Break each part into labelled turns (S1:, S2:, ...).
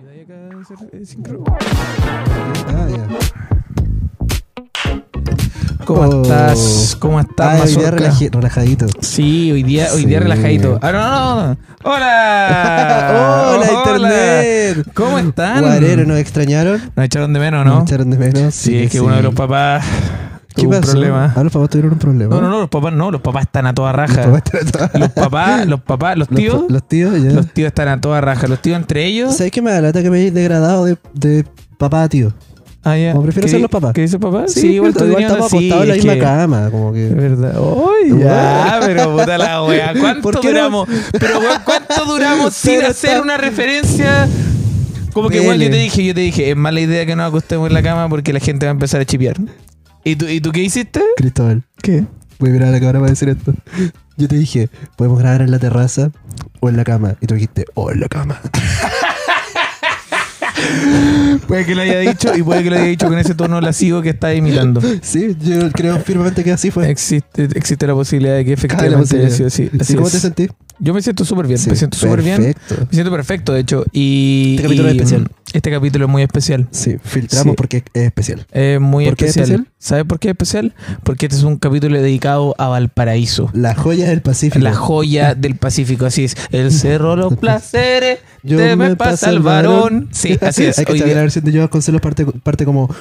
S1: muñeca debe ser eh, sincro.
S2: Oh. Ah, ya.
S1: ¿Cómo
S2: Oh.
S1: estás? ¿Cómo estás?
S2: Ah, hoy día
S1: Mazorca?
S2: relaji- relajadito.
S1: Sí, hoy día, hoy día
S2: Sí.
S1: relajadito. Ah, no, no, no. Ah, ¡Hola!
S2: ¡Hola, internet!
S1: ¿Cómo están?
S2: Guarero, ¿nos extrañaron?
S1: Nos echaron de menos,
S2: Nos
S1: ¿no?
S2: echaron de menos.
S1: Sí, es que uno de los papás
S2: ¿Qué
S1: tuvo un
S2: pasó?
S1: problema.
S2: Ah, los papás tuvieron un problema.
S1: No, no, no, los papás no, los papás están a toda
S2: Los
S1: raja.
S2: papás tuvieron-
S1: Los papás, los papás, los
S2: Los
S1: tíos,
S2: pa- Los tíos, ya.
S1: los tíos están a toda raja. Los tíos entre ellos.
S2: ¿Sabes qué me da lata que me hayáis degradado de, de papá a tío?
S1: Ah, ya.
S2: Como prefiero
S1: ¿Qué
S2: ser
S1: di-
S2: los papás.
S1: ¿Qué dice papá? Sí, igual, tú
S2: pero igual
S1: tenías-
S2: estamos
S1: sí,
S2: acostados en la
S1: es
S2: misma
S1: que-
S2: cama. Como
S1: Es
S2: que...
S1: verdad. ¡Ay, ya! Pero puta la wea.
S2: ¿Por
S1: ¿Cuánto
S2: qué no?
S1: duramos? Pero weón, ¿cuánto duramos sin
S2: Pero
S1: hacer
S2: está-
S1: una referencia? Como que igual yo te
S2: Pele.
S1: dije, yo te dije, es mala idea que nos acostemos en la cama porque la gente va a empezar a chipear. ¿Y tú, ¿Y tú qué hiciste?
S2: Cristóbal,
S1: ¿Qué?
S2: voy a mirar a la cámara para decir esto. Yo te dije, podemos grabar en la terraza o en la cama. Y tú dijiste, o en la cama.
S1: Puede que lo haya dicho y puede que lo haya dicho con ese tono lascivo que está imitando.
S2: Sí, yo creo firmemente que así fue.
S1: Existe, existe la posibilidad de que
S2: Cabe la
S1: efectivamente haya sido así.
S2: posibilidad.
S1: Así
S2: ¿Y ¿Cómo
S1: es.
S2: te sentís?
S1: Yo me siento súper bien, me
S2: Sí,
S1: siento súper bien.
S2: Perfecto.
S1: Me siento perfecto, de hecho. Y,
S2: Este capítulo
S1: y,
S2: es especial.
S1: mm, Este capítulo es muy especial.
S2: Sí, filtramos
S1: Sí.
S2: porque es es especial.
S1: Es Eh, muy
S2: ¿Por qué
S1: especial.
S2: especial?
S1: ¿Sabes por qué es especial? Porque este es un capítulo dedicado a Valparaíso.
S2: La joya del Pacífico.
S1: La joya del Pacífico, así es. El cerro, los placeres,
S2: Yo
S1: te me
S2: me
S1: pasa
S2: paso
S1: el
S2: el
S1: varón.
S2: varón.
S1: Sí, así es.
S2: Hay que
S1: Hoy
S2: estar
S1: día-
S2: la versión de Joao Concelos parte, parte como...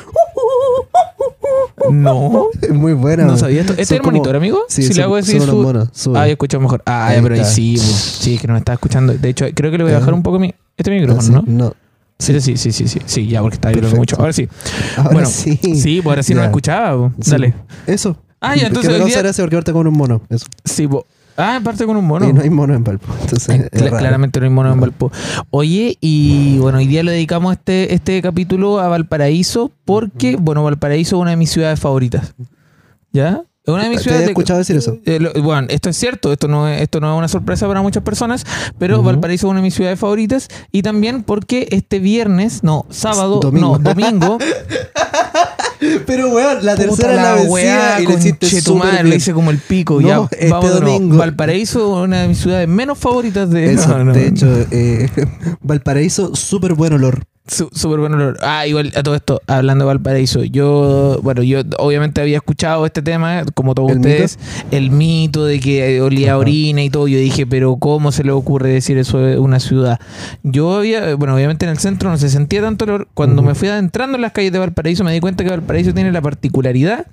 S1: No,
S2: Muy buena.
S1: no
S2: man.
S1: sabía esto. ¿Este es
S2: Son
S1: el
S2: como-
S1: monitor, amigo?
S2: Sí,
S1: si
S2: son-
S1: le hago así
S2: son unos
S1: su-
S2: monos, sube.
S1: Ah, yo escucho mejor. Ah,
S2: Ahí
S1: ya, pero ahí
S2: está. Eh.
S1: sí, bo. sí, que no me está escuchando. De hecho, creo que le voy a bajar un poco mi... este
S2: Ah, sí,
S1: micrófono, ¿no?
S2: No.
S1: Sí, sí, sí, sí, sí, sí, ya, porque está vibrando
S2: Perfecto.
S1: mucho. Ahora sí.
S2: Ahora
S1: bueno,
S2: sí.
S1: Sí, pues ahora sí no
S2: Ya.
S1: lo escuchaba. bo.
S2: Sí.
S1: Dale.
S2: Eso.
S1: Ah, ya, entonces
S2: Que me
S1: hoy
S2: causa
S1: día-
S2: gracia porque ahorita con un mono. Eso.
S1: Sí, bo. Ah, parte con un mono.
S2: Y no hay mono en Valpo. Entonces, Este, es
S1: Cla-
S2: raro.
S1: claramente no hay mono en Valpo. Oye, y bueno, hoy día le dedicamos este, este capítulo a Valparaíso porque, bueno, Valparaíso es una de mis ciudades favoritas. ¿Ya? Es una de mis
S2: ¿Te
S1: ciudades.
S2: había
S1: de-
S2: escuchado decir eso?
S1: Eh, lo- bueno, esto es cierto, esto no es, esto no es una sorpresa para muchas personas, pero
S2: Ujú.
S1: Valparaíso es una de mis ciudades favoritas y también porque este viernes, no, sábado,
S2: Domingo.
S1: no, domingo,
S2: Pero, weón, la
S1: Puta
S2: tercera la
S1: weá,
S2: vencía y le hiciste
S1: conche tu
S2: súper
S1: madre,
S2: bien.
S1: lo hice como el pico.
S2: No,
S1: ya,
S2: este
S1: vamos de nuevo.
S2: domingo.
S1: Valparaíso es una de mis ciudades menos favoritas de...
S2: Eso,
S1: no, no.
S2: de hecho, eh, Valparaíso, súper buen olor.
S1: Su- Súper buen olor. Ah, igual a todo esto, hablando de Valparaíso, yo, bueno, yo obviamente había escuchado este tema, como todos
S2: ¿El
S1: ustedes, el mito de que olía a orina y todo. Yo dije, pero ¿cómo se le ocurre decir eso de una ciudad? Yo había, bueno, obviamente en el centro no se sentía tanto olor. Cuando me fui adentrando en las calles de Valparaíso, me di cuenta que Valparaíso tiene la particularidad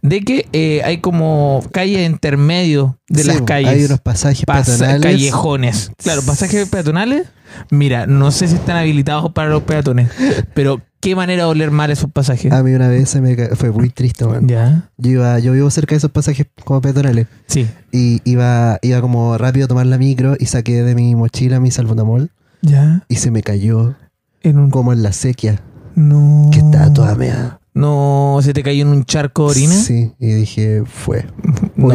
S1: de que eh, hay como calles intermedio de
S2: Sí,
S1: las calles.
S2: Hay unos pasajes
S1: Pasa-
S2: peatonales.
S1: callejones. Claro, pasajes peatonales. Mira, no sé si están habilitados para los peatones, pero qué manera de oler mal esos pasajes.
S2: A mí una vez se me ca- fue muy triste, man.
S1: ya.
S2: Yo, iba, yo vivo cerca de esos pasajes como peatonales.
S1: Sí.
S2: Y iba, iba como rápido a tomar la micro y saqué de mi mochila mi salbutamol
S1: Ya.
S2: y se me cayó
S1: En un
S2: como en la sequía,
S1: no.
S2: que estaba toda mea.
S1: No, se te cayó en un charco de orina.
S2: Sí, y dije, fue. Hoy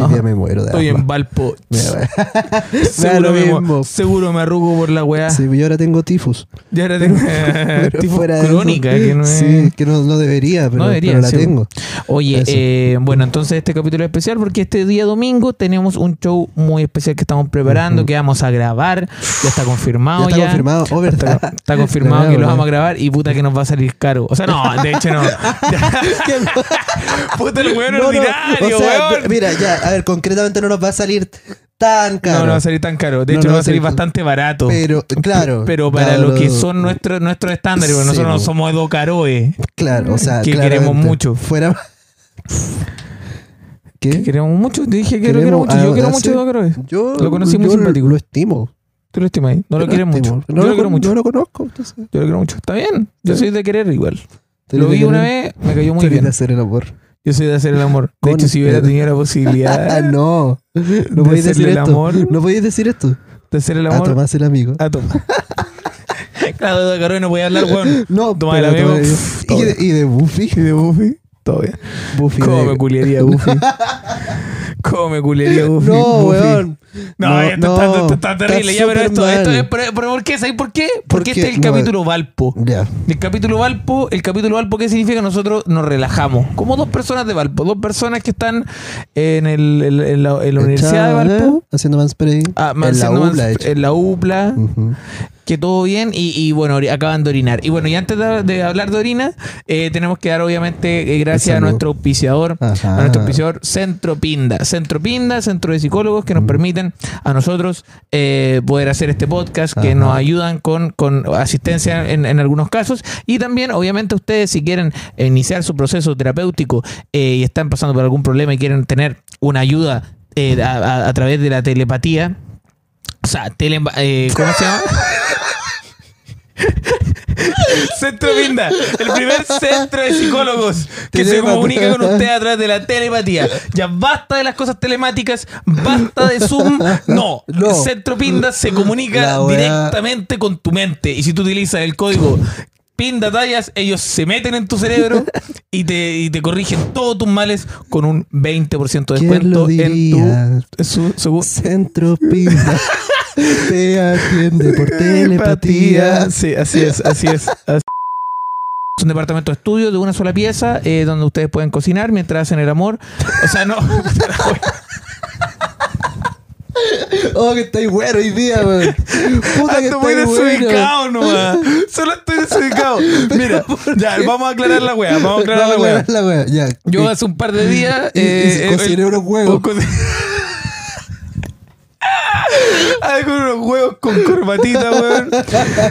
S1: No.
S2: día me muero de
S1: Estoy en
S2: asma.
S1: Valpo.
S2: Me da-
S1: seguro,
S2: lo
S1: me,
S2: mismo.
S1: seguro me arrugo por la weá.
S2: Sí, yo ahora tengo tifus.
S1: Ya ahora tengo
S2: Pero
S1: tipo
S2: fuera de eso-
S1: crónica que no es.
S2: Sí, que no, no debería, pero,
S1: No debería,
S2: pero la
S1: sí.
S2: tengo.
S1: Oye,
S2: Eso.
S1: eh, bueno, entonces este capítulo es especial porque este día domingo tenemos un show muy especial que estamos preparando,
S2: Ujú.
S1: que vamos a grabar. Ah, Ya está confirmado.
S2: ya está confirmado. Oh,
S1: Está,
S2: verdad.
S1: está confirmado
S2: Verdad,
S1: que lo
S2: verdad.
S1: vamos a grabar y puta que nos va a salir caro. O sea, no, de hecho no.
S2: Que no-
S1: puta el weón
S2: no, no,
S1: ordinario,
S2: o sea,
S1: weón.
S2: Mira, ya, a ver, concretamente no nos va a salir tan
S1: No,
S2: caro.
S1: no va a salir tan caro. De
S2: No,
S1: hecho,
S2: no
S1: va a salir
S2: tan-
S1: bastante barato.
S2: Pero, claro.
S1: Pero para
S2: claro,
S1: lo que son nuestros nuestros estándares, porque
S2: Sí,
S1: nosotros no
S2: bo.
S1: somos Edo Caroe.
S2: Claro, o sea.
S1: que
S2: claramente,
S1: queremos mucho.
S2: Fuera. ¿Qué?
S1: Que queremos mucho. Te dije que lo quiero mucho. Yo
S2: ah,
S1: quiero
S2: sí.
S1: mucho a Edo Caroe.
S2: Yo
S1: Lo conocí muy
S2: yo
S1: simpático.
S2: Lo estimo.
S1: Tú lo estimas ahí. No lo quieres
S2: estimo.
S1: mucho.
S2: No
S1: Yo lo quiero
S2: con-
S1: mucho.
S2: No lo conozco. Entonces,
S1: Yo lo quiero mucho. Está bien. Yo soy de querer igual.
S2: Tenés
S1: Lo
S2: que
S1: vi
S2: querer-
S1: una vez, me cayó muy
S2: tenés
S1: bien.
S2: de hacer el amor.
S1: Yo soy de hacer el amor. De
S2: Con-
S1: hecho, si hubiera tenido la posibilidad
S2: Ah, no. No
S1: de
S2: podéis
S1: hacerle
S2: decir
S1: el
S2: esto.
S1: amor.
S2: No podéis decir esto.
S1: de hacer el
S2: A
S1: amor,
S2: Tomás el amigo.
S1: a tomar. claro, de Carolina no podía hablar, weón.
S2: No,
S1: Tomás
S2: pero
S1: el amigo.
S2: todavía-
S1: Pff,
S2: Y de,
S1: todavía.
S2: y de Buffy.
S1: Y de Buffy, todo bien.
S2: Buffy.
S1: ¿Cómo
S2: de-
S1: me culiaría Buffy? ¿Cómo me culiaría Buffy?
S2: No,
S1: Buffy.
S2: weón.
S1: No,
S2: No,
S1: esto, está,
S2: no,
S1: esto está terrible.
S2: está
S1: ya, pero esto,
S2: supermal.
S1: esto es. Pero, pero ¿por qué? ¿Sabes por qué? Porque
S2: Porque-
S1: este es el
S2: no,
S1: capítulo Valpo.
S2: Ya.
S1: El capítulo Valpo, el capítulo Valpo, ¿qué significa? Nosotros nos relajamos. Como dos personas de Valpo, dos personas que están en, el, en la- en la, en la Universidad de
S2: Chao,
S1: Valpo.
S2: ¿eh? Haciendo mansplaining.
S1: Ah,
S2: en la
S1: haciendo
S2: UBLA,
S1: mans-
S2: de hecho.
S1: en la UBLA,
S2: Ujú.
S1: que todo bien y, y bueno, ori- acaban de orinar. Y bueno, y antes de, de hablar de orina, eh, tenemos que dar obviamente eh, gracias a
S2: Salud.
S1: nuestro auspiciador,
S2: Ajá.
S1: a nuestro auspiciador Centro Pinda. Centro Pinda, centro de psicólogos que nos permiten a nosotros eh, poder hacer este podcast, que
S2: Ajá.
S1: nos ayudan con, con asistencia en, en algunos casos. Y también, obviamente, ustedes si quieren iniciar su proceso terapéutico eh, y están pasando por algún problema y quieren tener una ayuda eh, a, a- a través de la telepatía, o sea, tele, eh, ¿cómo se llama? Centro Pinda, el primer centro de psicólogos que se
S2: Telepatía.
S1: comunica con usted a través de la telepatía. Ya basta de las cosas telemáticas, basta de Zoom. No,
S2: No.
S1: Centro Pinda se comunica
S2: La weá.
S1: directamente con tu mente. Y si tú utilizas el código Pinda Tallas, ellos se meten en tu cerebro y te, y te corrigen todos tus males con un 20% de
S2: ¿Quién lo
S1: descuento en
S2: diría?
S1: tu, su- su-
S2: Centro Pinda te atiende por telepatía.
S1: Sí, así es, así es. así- Es un departamento de estudio de una sola pieza eh, donde ustedes pueden cocinar mientras hacen el amor. O sea, no.
S2: Oh, que estáis bueno hoy día, weón. Puta que
S1: Ando muy
S2: estáis bueno.
S1: desubicado nomás. Solo estoy desubicado. Mira, ya, vamos a aclarar la wea. Vamos a aclarar la
S2: Vamos a
S1: wea.
S2: aclarar la wea, Ya.
S1: Yo hace un par de días.
S2: Y- y se
S1: eh,
S2: cociné unos huevos.
S1: un co- Ah, con unos huevos con corbatita, weón.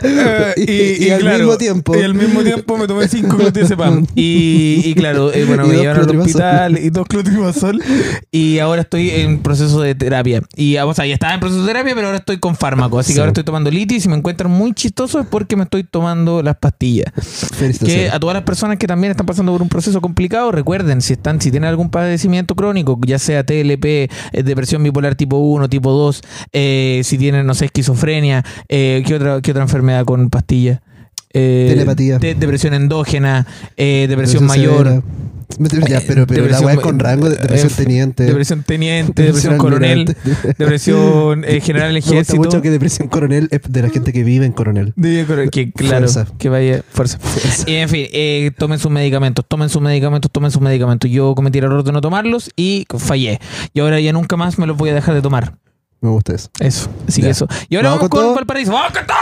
S1: Eh,
S2: Y- y al mismo tiempo.
S1: Y al mismo tiempo me tomé cinco clotizepam. Y, y claro, eh, bueno,
S2: Y
S1: me
S2: dos
S1: llevaron al
S2: clotrimazol.
S1: hospital y dos clotrimazol. Y ahora estoy en proceso de terapia. Y ah, o sea, ya estaba en proceso de terapia, pero ahora estoy con fármaco. Así que
S2: Sí.
S1: ahora estoy tomando litis. Y si me encuentran muy chistoso es porque me estoy tomando las pastillas que
S2: Felicitaciones.
S1: a todas las personas que también están pasando por un proceso complicado, recuerden, si están, si tienen algún padecimiento crónico, ya sea TLP, eh, depresión bipolar tipo 1, tipo 2, eh, si tienen, no sé, esquizofrenia, eh, ¿qué, otra, ¿qué otra enfermedad con pastilla? Eh,
S2: Telepatía.
S1: de- depresión endógena, eh, depresión
S2: Depresión
S1: mayor. Eh,
S2: severa. Me- Ya, pero, pero la
S1: Depresión-
S2: wea es con rango de depresión
S1: eh,
S2: teniente.
S1: Depresión teniente, depresión,
S2: Depresión
S1: coronel,
S2: almirante.
S1: depresión eh, general
S2: Me gusta
S1: ejército.
S2: mucho que depresión coronel es de la gente que vive en coronel.
S1: De- corre- que claro,
S2: Fuerza.
S1: que vaya fuerza. Y, en fin, eh, tomen sus medicamentos, tomen sus medicamentos, tomen sus medicamentos. Yo cometí el error de no tomarlos y fallé. Y ahora ya nunca más me los voy a dejar de tomar.
S2: Me gusta eso.
S1: Eso, así que
S2: Ya.
S1: eso. Y ahora
S2: ¿Vamos
S1: vamos
S2: con
S1: con,
S2: todo?
S1: Valparaíso. ¡Vamos con todo!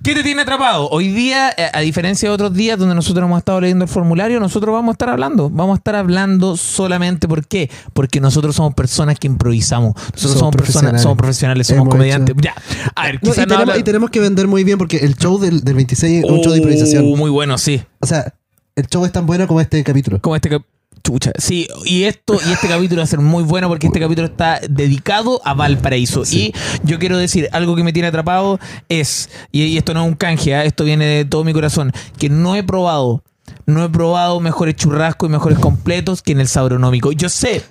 S1: ¿Qué te tiene atrapado? Hoy día, eh, a diferencia de otros días donde nosotros hemos estado leyendo el formulario, nosotros vamos a estar hablando. Vamos a estar hablando solamente. ¿Por qué? Porque nosotros somos personas que improvisamos. Nosotros somos,
S2: Somos
S1: personas,
S2: profesionales.
S1: somos profesionales, somos
S2: Hemos
S1: comediantes.
S2: hecho-
S1: Ya. A ver,
S2: No, y,
S1: quizás no
S2: tenemos,
S1: habla-
S2: y tenemos que vender muy bien porque el show del, del 26 es un show de improvisación.
S1: Oh, Muy bueno, sí.
S2: O sea, el show es tan bueno como este capítulo.
S1: Como este cap- Chucha. Sí, y esto, y este capítulo va a ser muy bueno porque este capítulo está dedicado a Valparaíso. Y yo quiero decir, algo que me tiene atrapado es, y, y esto no es un canje, ¿ah? esto viene de todo mi corazón, que no he probado. No he probado mejores churrascos y mejores completos que en el sabronómico. Yo sé,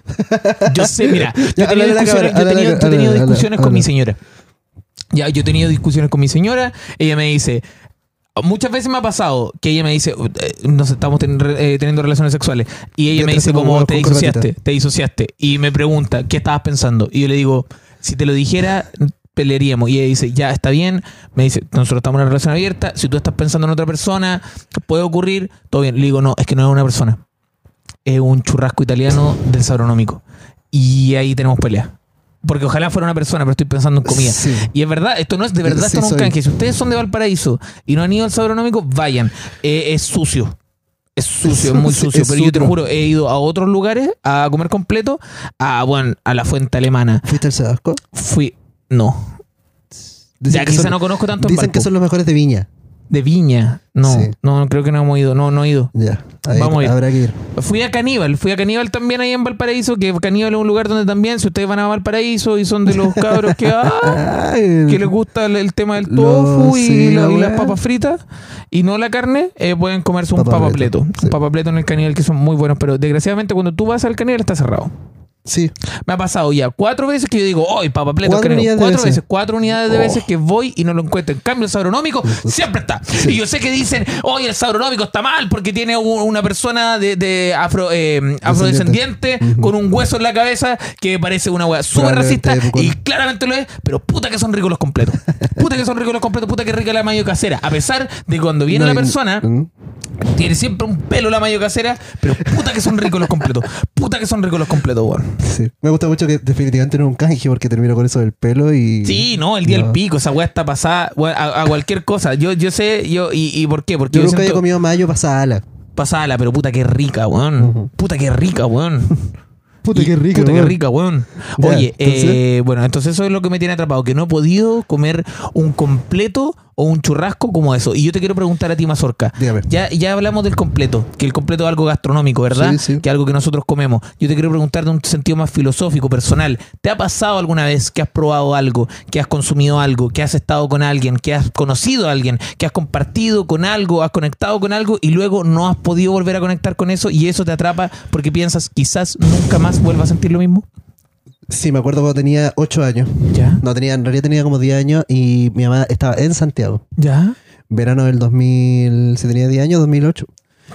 S1: yo sé, mira, yo he
S2: Ya,
S1: tenido
S2: háblale a la
S1: discusiones,
S2: cámara,
S1: yo he tenido-
S2: háblale a la-
S1: yo he tenido
S2: háblale,
S1: discusiones con
S2: háblale.
S1: mi señora. Ya, yo he tenido discusiones con mi señora, ella me dice, Muchas veces me ha pasado que ella me dice, eh, nos estamos ten- re- eh, teniendo relaciones sexuales, y ella me
S2: Mientras
S1: dice
S2: hacemos
S1: como,
S2: huevos
S1: te
S2: con
S1: disociaste,
S2: corbatita".
S1: te disociaste, y me pregunta, ¿qué estabas pensando? Y yo le digo, si te lo dijera, pelearíamos. Y ella dice, ya, está bien, me dice, nosotros estamos en una relación abierta, si tú estás pensando en otra persona, puede ocurrir, todo bien. Le digo, no, es que no es una persona, es un churrasco italiano del sabronómico. Y ahí tenemos pelea. Porque ojalá fuera una persona, pero estoy pensando en comida.
S2: Sí.
S1: Y es verdad, esto no es de verdad,
S2: Sí,
S1: esto no es un
S2: soy.
S1: canje. Si ustedes son de Valparaíso y no han ido al Sabronómico, vayan. Eh, es sucio. Es sucio, es muy
S2: Sí,
S1: sucio.
S2: es
S1: pero yo te
S2: sucio.
S1: juro, he ido a otros lugares a comer completo, a, bueno, a la fuente alemana.
S2: ¿Fuiste al Sadasco?
S1: Fui. No. ya quizá no conozco tanto en
S2: Dicen que
S1: Valpo.
S2: son los mejores de Viña.
S1: De Viña. No,
S2: Sí.
S1: no, no, creo que no hemos ido. No, no he ido.
S2: Ya. Ahí
S1: Vamos a ir.
S2: Habrá que ir.
S1: Fui a Caníbal, fui a Caníbal también ahí en Valparaíso, que Caníbal es un lugar donde también, si ustedes van a Valparaíso y son de los cabros que. ¡ah!
S2: Ay,
S1: que les gusta el, el tema del
S2: Lo-
S1: tofu y,
S2: sí,
S1: la-
S2: la
S1: y las
S2: weá.
S1: papas fritas y no la carne, eh, pueden comerse un
S2: Papa
S1: papapleto.
S2: pleto, sí.
S1: Un papapleto en el caníbal que son muy buenos, pero desgraciadamente cuando tú vas al caníbal está cerrado.
S2: Sí.
S1: Me ha pasado ya cuatro veces que yo digo, hoy papapleto,
S2: Cuatro
S1: caníbal".
S2: unidades de
S1: cuatro
S2: veces.
S1: veces, cuatro unidades de
S2: Oh.
S1: veces que voy y no lo encuentro. En cambio, el sabronómico siempre está. Y yo sé que dicen, hoy el sabronómico está mal porque tiene u- una persona de, de afro, eh, afrodescendiente con un hueso en la cabeza que parece una hueá súper
S2: Probablemente
S1: racista
S2: de Pucón.
S1: y claramente lo es, pero puta que son ricos los completos. Puta que son ricos los completos, puta que rica la mayo casera. A pesar de cuando viene
S2: No,
S1: la
S2: y-
S1: persona,
S2: Mm.
S1: tiene siempre un pelo la mayo casera, pero puta que son ricos los completos. Puta Puta que son ricos los completos, weón.
S2: Sí. Me gusta mucho que definitivamente no es un canje porque termino con eso del pelo y.
S1: Sí, no, el día del
S2: No.
S1: pico, esa weá está pasada weón, a, a cualquier cosa. Yo, yo sé, yo, y, y por qué, porque
S2: Yo
S1: yo,
S2: nunca había
S1: siento
S2: comido mayo pasada ala.
S1: pasada, pero puta que rica, weón.
S2: Ujú.
S1: Puta que rica, weón.
S2: Puta,
S1: Y-
S2: qué rico.
S1: Puta, qué
S2: weón.
S1: rica, weón.
S2: Ya,
S1: Oye,
S2: entonces-
S1: eh, bueno, entonces eso es lo que me tiene atrapado, que no he podido comer un completo o un churrasco como eso. Y yo te quiero preguntar a ti, Mazorca.
S2: Dígame.
S1: Ya, ya hablamos del completo, que el completo es algo gastronómico, ¿verdad?
S2: Sí, sí.
S1: Que algo que nosotros comemos. Yo te quiero preguntar de un sentido más filosófico, personal. ¿Te ha pasado alguna vez que has probado algo, que has consumido algo, que has estado con alguien, que has conocido a alguien, que has compartido con algo, has conectado con algo y luego no has podido volver a conectar con eso y eso te atrapa porque piensas quizás nunca más vuelva a sentir lo mismo?
S2: Sí, me acuerdo cuando tenía 8 años.
S1: Ya,
S2: No, tenía, en realidad tenía como 10 años y mi mamá estaba en Santiago.
S1: ya,
S2: Verano del 2000, si tenía 10 años, 2008.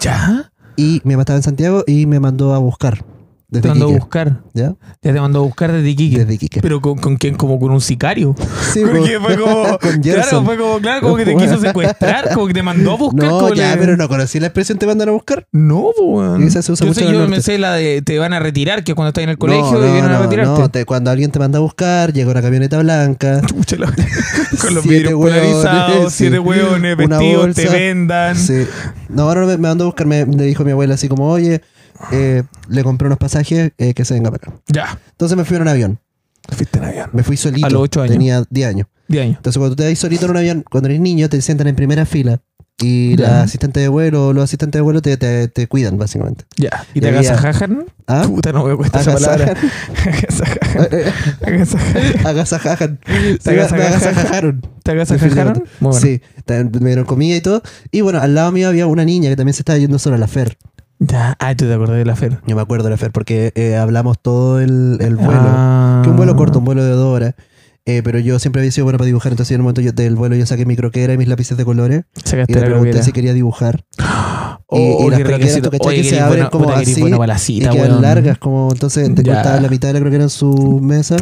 S1: ya.
S2: Y mi mamá estaba en Santiago y me mandó a buscar.
S1: Te
S2: Desde
S1: mandó a
S2: Iquique,
S1: buscar.
S2: ¿Ya?
S1: Ya te mandó a buscar desde Iquique.
S2: Desde Iquique.
S1: Pero con, con quién, como con un sicario.
S2: Sí,
S1: Porque fue como. claro,
S2: con Gerson.
S1: fue como, claro, como que te quiso secuestrar, pues, como que te mandó a buscar.
S2: No,
S1: como
S2: ya,
S1: le-
S2: pero no conocí la expresión te mandan a buscar.
S1: No, po, weón.
S2: Y esa se usa
S1: yo
S2: mucho
S1: sé,
S2: en el
S1: yo me
S2: norte.
S1: sé la de te van a retirar, que es cuando estás en el colegio
S2: no,
S1: y vienen a
S2: no,
S1: retirarte.
S2: no, te- cuando alguien te manda a buscar, llega una camioneta blanca.
S1: Chucha la- Con los
S2: Siete
S1: vidrios
S2: hueones,
S1: polarizados,
S2: sí.
S1: siete hueones,
S2: Una
S1: vestidos, te
S2: bolsa.
S1: vendan.
S2: Sí. No, ahora me, me mandó a buscar, me, me dijo mi abuela así como, oye, eh, le compré unos pasajes eh, que se venga para acá.
S1: Ya.
S2: Entonces me fui en un avión.
S1: Fuiste en avión.
S2: Me fui solito.
S1: A los ocho años.
S2: Tenía 10 años.
S1: 10 años.
S2: Entonces cuando tú te vas solito en un avión, cuando eres niño, te sientan en primera fila. Y
S1: Ya.
S2: la asistente de vuelo o los asistentes de vuelo te, te, te cuidan, básicamente.
S1: Ya. ¿Y
S2: Y
S1: te
S2: había-
S1: agasajajan?
S2: ¿Ah?
S1: Puta, no me cuesta esa palabra.
S2: Agasajan.
S1: Agasajajan.
S2: ¿Eh?
S1: Agasajajan.
S2: Agasajajan. Sí,
S1: Te
S2: me, me
S1: agasajajan.
S2: agasajaron.
S1: ¿Te agasajaron? Muy bueno.
S2: Sí, también me dieron comida y todo. Y bueno, al lado mío había una niña que también se estaba yendo sola, la Fer.
S1: Ya. Ah, tú te acordás de la fer.
S2: Yo me acuerdo de la Fer porque eh, hablamos todo el, el vuelo.
S1: Ah.
S2: Que un vuelo corto, un vuelo de dos horas. Eh, pero yo siempre había sido bueno para dibujar, entonces en un momento yo- del vuelo yo saqué mi croquera y mis lápices de colores y
S1: Sacaste
S2: le
S1: la
S2: pregunté
S1: croquera.
S2: si quería dibujar.
S1: Oh,
S2: y, y
S1: qué
S2: las croqueras,
S1: requisito.
S2: tú cachai
S1: Oye,
S2: que se
S1: eres
S2: abren
S1: bueno-
S2: como
S1: puta que eres
S2: así
S1: bueno para la
S2: y
S1: cita,
S2: quedan
S1: weón.
S2: largas, como entonces te
S1: Ya.
S2: cortaban la mitad de la croquera en su mesa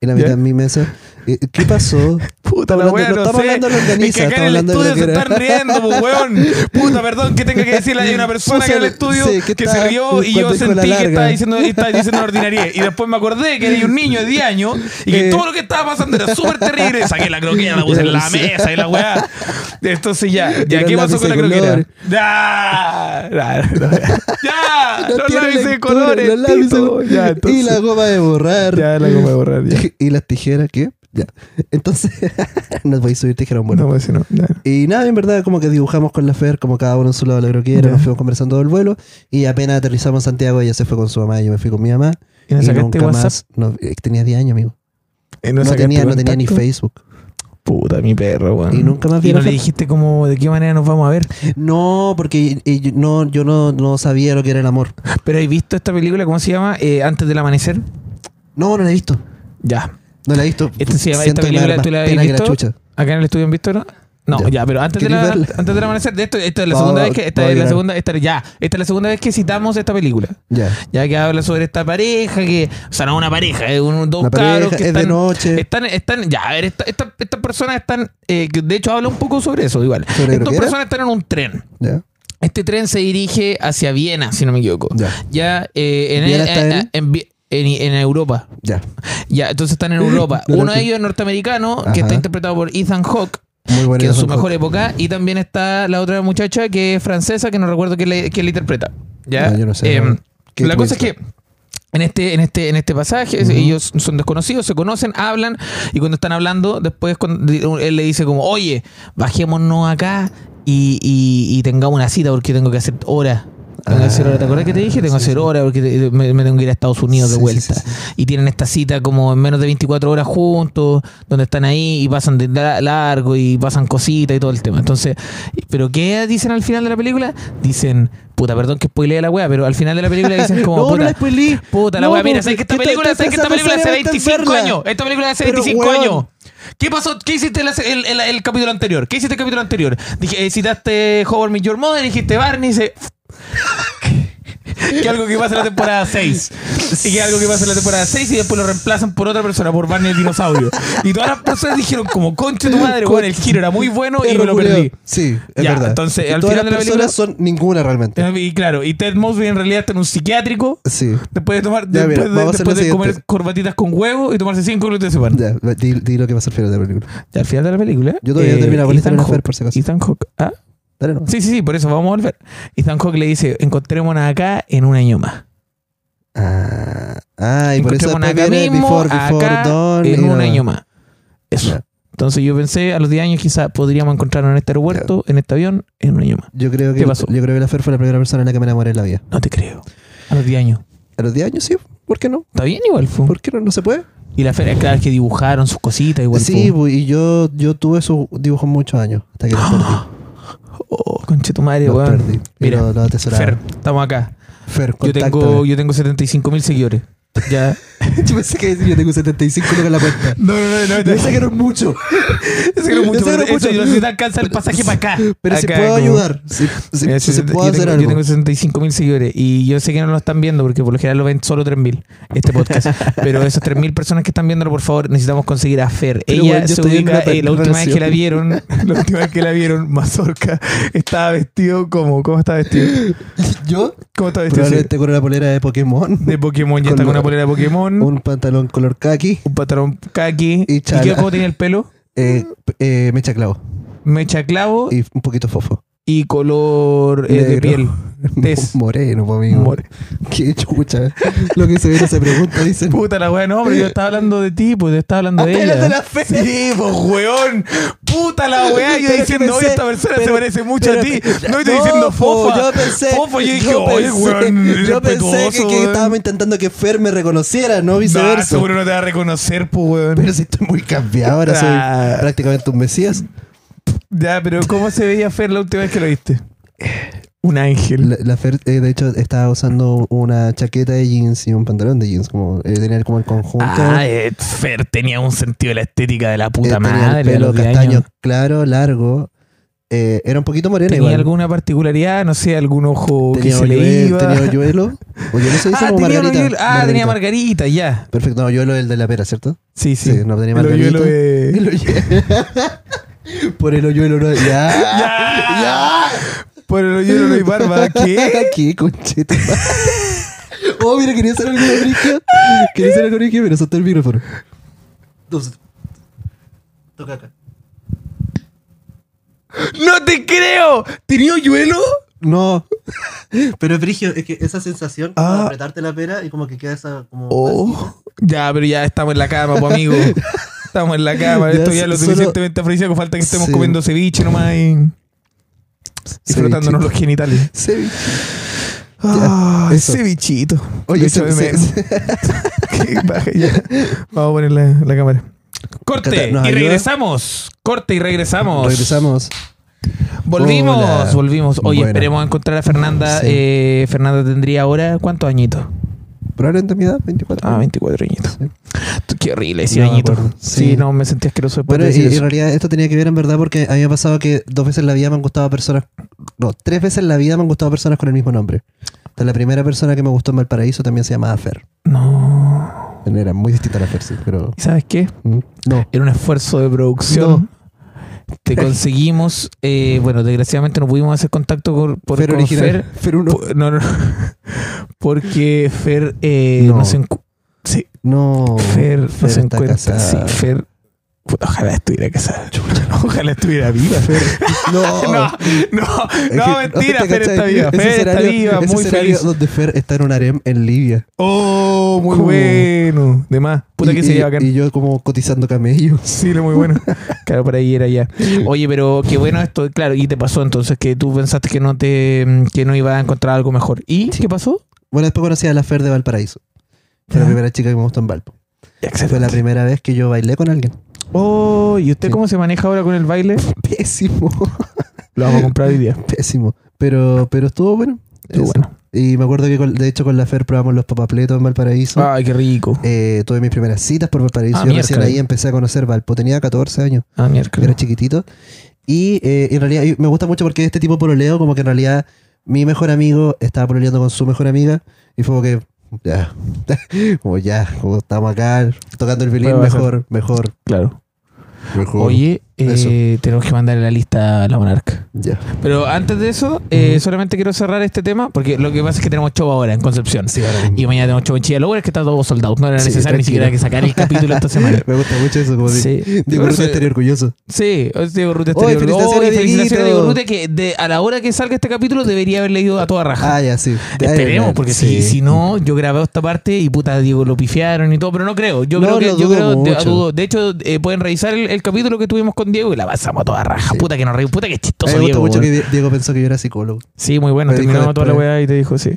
S2: y la mitad
S1: Ya.
S2: en mi mesa. Eh, ¿Qué pasó?
S1: Puta
S2: Estamos
S1: la
S2: hablando-
S1: wea,
S2: no
S1: no
S2: estamos
S1: sé.
S2: hablando de longaniza,
S1: es que acá en
S2: estamos
S1: el
S2: hablando de
S1: estudio se
S2: longaniza.
S1: están riendo, pues, weón. Puta, perdón que tenga que decirle. Hay una persona que en el estudio
S2: Sí,
S1: que,
S2: que
S1: se
S2: está-
S1: rió y yo
S2: cuando dijo la
S1: sentí que
S2: larga.
S1: estaba diciendo, estaba diciendo una ordinaria. Y después me acordé que era un niño de 10 años y que
S2: Eh.
S1: todo lo que estaba pasando era súper terrible. Saqué la croquera, la puse en la
S2: Sí.
S1: mesa y la weá. Entonces ya, ya
S2: Era
S1: ¿qué
S2: el
S1: pasó
S2: lápiz
S1: con la
S2: de
S1: croquera?
S2: colores.
S1: Ya, ya, ya, ya,
S2: No
S1: los
S2: tiene
S1: lápices de
S2: lectura,
S1: colores,
S2: los lápices-
S1: Tito. Ya,
S2: y la
S1: entonces,
S2: goma de borrar.
S1: ya la voy a borrar. Ya.
S2: Y las tijeras, ¿qué? Ya. Entonces, no podéis subir tijeras, bueno.
S1: No, pues, si no, ya.
S2: Y nada, en verdad, como que dibujamos con la Fer, como cada uno en su lado de la croquera,
S1: Ya.
S2: nos fuimos conversando del vuelo. Y apenas aterrizamos en Santiago, ella se fue con su mamá y yo me fui con mi mamá.
S1: ¿Y no sacaste
S2: nunca
S1: WhatsApp?
S2: más. no, eh, tenía 10 años, amigo.
S1: Eh,
S2: No,
S1: sacaste
S2: tenía, no tenía ni
S1: contacto.
S2: Facebook.
S1: Puta, mi perro, weón.
S2: Y nunca más vi
S1: Y
S2: a
S1: no
S2: la
S1: le
S2: Fer.
S1: dijiste como de qué manera nos vamos a ver.
S2: No, porque eh, yo no, yo no, no sabía lo que era el amor.
S1: Pero ¿has visto esta película? ¿Cómo se llama? Eh, Antes del amanecer.
S2: No, no la he visto.
S1: Ya.
S2: No la he visto.
S1: Esta se llama, esta
S2: Siento que me
S1: película
S2: da más
S1: tú la has
S2: pena que la
S1: visto.
S2: chucha.
S1: Acá en el estudio han visto, ¿no? No, ya,
S2: Ya.
S1: pero antes de
S2: ¿Querés
S1: la,
S2: verla?
S1: antes del amanecer, de esto, esto es la
S2: No,
S1: segunda vez que esta
S2: voy a
S1: es la
S2: llorar.
S1: segunda, esta, ya, esta es la segunda vez que citamos esta película.
S2: Ya.
S1: Ya que habla sobre esta pareja, que, o sea, no una pareja, es un, dos
S2: Una
S1: cabros
S2: pareja,
S1: que
S2: es
S1: están,
S2: de noche.
S1: están, están, ya, a ver, esta- esta- estas personas están, eh, que de hecho habla un poco sobre eso, igual.
S2: ¿Sobre
S1: Estas
S2: croquera?
S1: personas están en un tren.
S2: Ya.
S1: Este tren se dirige hacia Viena, si no me equivoco.
S2: Ya.
S1: Ya, eh, en,
S2: ¿Viena
S1: eh,
S2: está
S1: eh,
S2: en?
S1: en Vi- en- en Europa.
S2: Ya.
S1: Ya, entonces están en Europa.
S2: Claro
S1: Uno de
S2: que-
S1: ellos es norteamericano, que está
S2: Ajá.
S1: interpretado por Ethan Hawke,
S2: Muy bueno.
S1: que en su mejor época. Y también está la otra muchacha que es francesa, que no recuerdo quién la, quién la interpreta. ¿Ya?
S2: No, Ah, yo no sé.
S1: Em,
S2: ¿Qué
S1: la
S2: tú
S1: cosa es
S2: dices?
S1: que en este, en este, en este pasaje, ellos son desconocidos, se conocen, hablan, y cuando están hablando, después cuando- él le dice como, oye, bajémonos acá y, y- y tengamos una cita porque tengo que hacer hora. Tengo que hacer hora. ¿Te acuerdas que te dije? Tengo que hacer hora porque te- me, me tengo que ir a Estados Unidos de
S2: Ah, Sí, sí,
S1: vuelta.
S2: sí,
S1: Y tienen esta cita como en menos de 24 horas juntos, donde están ahí y pasan de la- largo y pasan cositas y todo el tema. Entonces, ¿pero qué dicen al final de la película? Dicen, puta, perdón que spoilee la wea, pero al final de la película dicen como,
S2: No, no
S1: puta,
S2: la spoileé.
S1: puta, la
S2: No,
S1: wea, mira,
S2: porque
S1: ¿sabes que esta
S2: esta-
S1: película,
S2: esta-
S1: ¿sabes que esta
S2: esa
S1: película hace
S2: persona está en
S1: 25
S2: verla.
S1: años?
S3: eh,
S1: Esta película hace
S2: Pero,
S1: 25
S2: weón.
S1: años. ¿Qué pasó? ¿Qué hiciste en la- el, el- el capítulo anterior? ¿Qué hiciste el capítulo anterior? Dije, eh, citaste Howard Meet Your Mother, dijiste Barney, se...
S3: que algo que pasa en la temporada 6. Y que algo que pasa en la temporada 6 y después lo reemplazan por otra persona, por Barney el dinosaurio. Y todas las personas dijeron como, concha tu madre, bueno, el giro era muy bueno y me
S2: Perro
S3: lo
S2: culiao.
S3: perdí.
S2: Sí, es
S3: Ya,
S2: verdad.
S3: entonces,
S2: Y
S3: al
S2: todas
S3: final
S2: las
S3: de la película-
S2: personas son ninguna realmente.
S3: Y claro, y Ted Mosby en realidad está en un psiquiátrico.
S2: Sí.
S3: Después de tomar,
S2: Ya, mira,
S3: después de-
S2: vamos a hacer
S3: después
S2: lo
S3: de comer
S2: siguiente.
S3: corbatitas con huevo y tomarse cinco glúteos de semana.
S2: Ya, di, di lo que pasa al final de la película.
S3: Al final de la película.
S2: Yo todavía no he terminado con la
S3: Ethan
S2: historia, Fer,
S3: Hawke-
S2: por si acaso.
S3: Ethan Hawke- ¿Ah?
S2: Dale, no.
S3: Sí, sí, sí, por eso vamos a volver. Ethan Hawke le dice, encontrémonos acá en un año más.
S2: Ah, ah, y por eso
S3: Encontrémonos
S2: después
S3: acá
S2: viene
S3: mismo,
S2: Before, Before
S3: acá,
S2: Dawn. y
S3: en un
S2: nada.
S3: año más. Eso.
S2: Ya.
S3: Entonces yo pensé, a los 10 años quizás podríamos encontrarnos en este aeropuerto, en este avión, en un año más.
S2: Yo creo, que,
S3: ¿Qué pasó?
S2: yo creo que la Fer fue la primera persona en la que me enamoré en la vida.
S3: No te creo. A los 10 años.
S2: A los 10 años sí, ¿por qué no?
S3: Está bien igual, fu.
S2: ¿Por qué no? ¿No se puede?
S3: Y la feria, claro, que dibujaron sus cositas igual.
S2: sí,
S3: fu.
S2: bu- y yo, yo tuve esos dibujos muchos años hasta que los perdí.
S3: Oh, conche tu madre,
S2: Los
S3: weón.
S2: perdí.
S3: Mira,
S2: Mira, los lo atesoraba.
S3: Fer, estamos acá.
S2: Fer,
S3: Yo
S2: contáctame.
S3: tengo, yo tengo 75 mil seguidores. Ya.
S2: Yo pensé que iba a decir, yo tengo 75 lucas en la cuenta.
S3: No, no, no, no.
S2: Yo sé que no es mucho.
S3: Eso que no mucho,
S2: Yo sé que
S3: pero
S2: no
S3: eso
S2: mucho.
S3: yo no sé si te alcanza el pasaje para acá.
S2: Pero si
S3: Acá,
S2: puedo
S3: como-
S2: ayudar, si, si-
S3: Mira,
S2: si se
S3: yo
S2: puedo
S3: tengo-
S2: hacer
S3: yo
S2: algo.
S3: tengo 65 mil seguidores y yo sé que no lo están viendo porque por lo general lo ven solo 3 mil este podcast. pero esas 3 mil personas que están viéndolo, por favor, necesitamos conseguir a Fer.
S2: Pero,
S3: Ella
S2: weón, yo
S3: se
S2: estoy en
S3: ubica,
S2: una
S3: eh, la última vez que la
S2: relación.
S3: vieron, la última vez que la vieron, Mazorca estaba vestido como, ¿cómo estaba vestido?
S2: Yo
S3: ¿Cómo estaba vestido?
S2: probablemente con una polera de Pokémon,
S3: De Pokémon, ya
S2: Con
S3: está con
S2: lo-
S3: una polera de Pokémon, un,
S2: un pantalón color khaki,
S3: patrón kaki.
S2: Y
S3: ¿Y,
S2: chala.
S3: qué cómo tenía el pelo?
S2: eh,
S3: Mm.
S2: p- eh, mecha clavo
S3: Mecha clavo y,
S2: y un poquito fofo.
S3: color eh, de
S2: Negro.
S3: piel. Tez.
S2: Moreno, po, amigo.
S3: More-
S2: Qué chucha. Lo que se ve no se pregunta, dicen.
S3: Puta la weá, no, pero yo estaba hablando de ti, pues yo estaba hablando de
S2: Apélate
S3: ella.
S2: a la fe.
S3: Sí, pues weón. Puta la weá, yo
S2: Pero
S3: diciendo,
S2: que
S3: oye,
S2: pensé-
S3: esta persona se
S2: pero-
S3: parece mucho a
S2: pero-
S3: ti.
S2: pero-
S3: No, y estoy diciendo
S2: po,
S3: fofa.
S2: Yo pensé,
S3: Fofa, yo dije,
S2: yo
S3: oye,
S2: pensé-
S3: weón.
S2: Yo pensé que, que estábamos intentando que Fer me reconociera, no
S3: nah,
S2: viceversa.
S3: seguro no te va a reconocer, pues weón.
S2: Pero si estoy muy cambiado, ahora soy
S3: Ah.
S2: prácticamente un mesías.
S3: Ya, pero ¿cómo se veía Fer la última vez que lo viste? Un ángel.
S2: La, la Fer, eh, de hecho, estaba usando una chaqueta de jeans y un pantalón de jeans, como eh, tenía como el conjunto.
S3: Ah, eh, Fer tenía un sentido de la estética de la
S2: Eh,
S3: puta
S2: tenía
S3: madre.
S2: el
S3: a
S2: pelo
S3: los 10
S2: castaño
S3: años.
S2: claro, largo. Eh, era un poquito moreno
S3: ¿Tenía
S2: igual.
S3: alguna particularidad? No sé, algún ojo
S2: tenía
S3: que se le
S2: hoyuelo-
S3: iba.
S2: tenía hoyuelo. Hoyuelo se dice
S3: ah,
S2: como
S3: tenía
S2: margarita.
S3: hoyuelo. Ah, tenía margarita, ya.
S2: Perfecto, no, hoyuelo es el de la pera, ¿cierto?
S3: Sí,
S2: Sí,
S3: sí.
S2: no tenía
S3: El
S2: margarita.
S3: hoyuelo de-
S2: El hoyuelo. Por el hoyuelo no. Ya.
S3: ¡Ya! Por el hoyuelo no hay barba. ¿Qué?
S2: ¿Qué conchito? oh, mira, quería hacer algo brígido. Quería hacer algo brígido, pero solté el micrófono. Entonces, toca acá.
S3: ¡No te creo! ¿Tenía hoyuelo?
S2: No. Pero es brígido, es que esa sensación como
S3: Ah.
S2: de apretarte la pera y como que queda esa como
S3: Oh. Ya, pero ya estamos en la cama, pues amigo. Estamos en la cama.
S2: Ya,
S3: Esto ya
S2: sí,
S3: lo
S2: solo-
S3: suficientemente afrodisíaco. Falta que estemos
S2: Sí.
S3: comiendo ceviche nomás y, y frotándonos los genitales. Ah,
S2: eso.
S3: cevichito.
S2: Oye,
S3: De hecho,
S2: se-
S3: me-
S2: se-
S3: Qué baja ya. Vamos a poner la, la cámara. Corte
S2: Cata, ¿nos
S3: y
S2: ayuda?
S3: regresamos. Corte y regresamos.
S2: regresamos.
S3: Volvimos,
S2: Hola.
S3: volvimos. Oye,
S2: Bueno.
S3: esperemos encontrar a Fernanda.
S2: Sí.
S3: Eh, Fernanda tendría ahora, ¿cuántos añitos?
S2: Probablemente mi edad, 24.
S3: Ah, 24 añitos.
S2: Sí.
S3: Tú, Qué horrible decir
S2: No me
S3: añitos.
S2: acuerdo.
S3: Sí.
S2: Sí.
S3: no, me sentí asqueroso después
S2: Bueno,
S3: de
S2: y,
S3: decir
S2: en
S3: eso.
S2: realidad esto tenía que ver en verdad porque a mí me ha pasado que dos veces en la vida me han gustado personas. No, tres veces en la vida me han gustado personas con el mismo nombre. Entonces, la primera persona que me gustó en Valparaíso también se llamaba Fer.
S3: No.
S2: Era muy distinta a la Fer, sí, pero.
S3: ¿Y ¿Sabes qué?
S2: mm, No.
S3: Era un esfuerzo de producción. Te conseguimos, eh, bueno, desgraciadamente no pudimos hacer contacto con, por,
S2: Fer
S3: con
S2: original.
S3: Fer.
S2: Fer 1.
S3: Po- No, no. Porque Fer eh, no.
S2: No.
S3: se encu- Sí,
S2: No.
S3: Fer no
S2: Fer
S3: se
S2: está
S3: encuentra.
S2: casada.
S3: Sí, Fer. Puta, ojalá estuviera casada. Ojalá estuviera viva.
S2: No.
S3: No, no,
S2: Es
S3: no,
S2: que-
S3: mentira,
S2: ¿te
S3: Fer está
S2: cachai?
S3: viva.
S2: Ese
S3: Fer está
S2: escenario-
S3: viva,
S2: ese
S3: muy
S2: escenario
S3: feliz.
S2: donde Fer está en un harem en Libia.
S3: Oh, muy
S2: ¿Cómo?
S3: bueno. De más. Puta
S2: Y-
S3: que sería
S2: y-
S3: bacán.
S2: Y yo como cotizando camellos.
S3: Sí, lo muy bueno. Claro, para ahí era ya. Oye, pero qué bueno esto, claro, y te pasó entonces que tú pensaste que no te que no iba a encontrar algo mejor. ¿Y qué pasó?
S2: Bueno, después conocí a la Fer de Valparaíso. Fue la
S3: Ya.
S2: primera chica que me gustó en Valpo. Fue la primera vez que yo bailé con alguien.
S3: Oh, ¿y usted
S2: Sí.
S3: cómo se maneja ahora con el baile?
S2: Pésimo.
S3: Lo vamos a comprar hoy día.
S2: Pésimo. Pero, pero estuvo bueno.
S3: Pero
S2: Eso.
S3: bueno.
S2: Y me acuerdo que con- de hecho con la Fer probamos los papapletos en Valparaíso.
S3: Ay, qué rico.
S2: Eh, tuve mis primeras citas por Valparaíso.
S3: Ah,
S2: yo recién
S3: miércoles.
S2: ahí empecé a conocer Valpo. Tenía 14 años.
S3: Ah,
S2: era
S3: miércoles.
S2: chiquitito. Y eh, en realidad y me gusta mucho porque este tipo de pololeo como que en realidad mi mejor amigo estaba pololeando con su mejor amiga y fue como que, ya, como ya, como estamos acá tocando el violín,
S1: Puede pasar.
S2: mejor, mejor,
S1: Claro.
S2: mejor.
S1: Oye, eh, tenemos que mandar la lista a la monarca.
S2: Ya.
S1: Pero antes de eso, eh, solamente quiero cerrar este tema porque lo que pasa es que tenemos show ahora en Concepción.
S2: Sí, ahora mismo.
S1: Y mañana tenemos show en Chile. Lo bueno es que está todo sold out. No era
S2: Sí,
S1: necesario ni
S2: tranquilo.
S1: siquiera que sacar el capítulo esta semana.
S2: Me gusta mucho eso, como de-
S1: Sí.
S2: Diego
S1: Por
S2: Ruta
S1: eso-
S2: estaría orgulloso.
S1: Sí, es Diego Ruta
S2: Oye,
S1: exterior.
S2: felicitaciones,
S1: Oye, felicitaciones,
S2: Dieguito.
S1: Diego Ruta, que de- a la hora que salga este capítulo debería haber leído a toda raja.
S2: Ah, ya, sí. Ya,
S1: Esperemos,
S2: ya,
S1: porque Si,
S2: sí.
S1: si no, yo grabé esta parte y puta, Diego, lo pifiaron y todo, pero no creo. Yo
S2: No,
S1: creo
S2: lo
S1: que yo
S2: dudo
S1: creo, de,
S2: mucho.
S1: dudo. De hecho, eh, pueden revisar el, el capítulo que tuvimos con Diego y la pasamos a toda raja. Puta que nos reí, puta que
S2: A mí
S1: chistoso
S2: me gusta
S1: Diego. eh.
S2: mucho
S1: weón.
S2: que Die- Diego pensó que yo era psicólogo.
S1: Sí, muy bueno.
S2: Me dijo
S1: Terminamos toda la
S2: después.
S1: weá y te dijo, sí.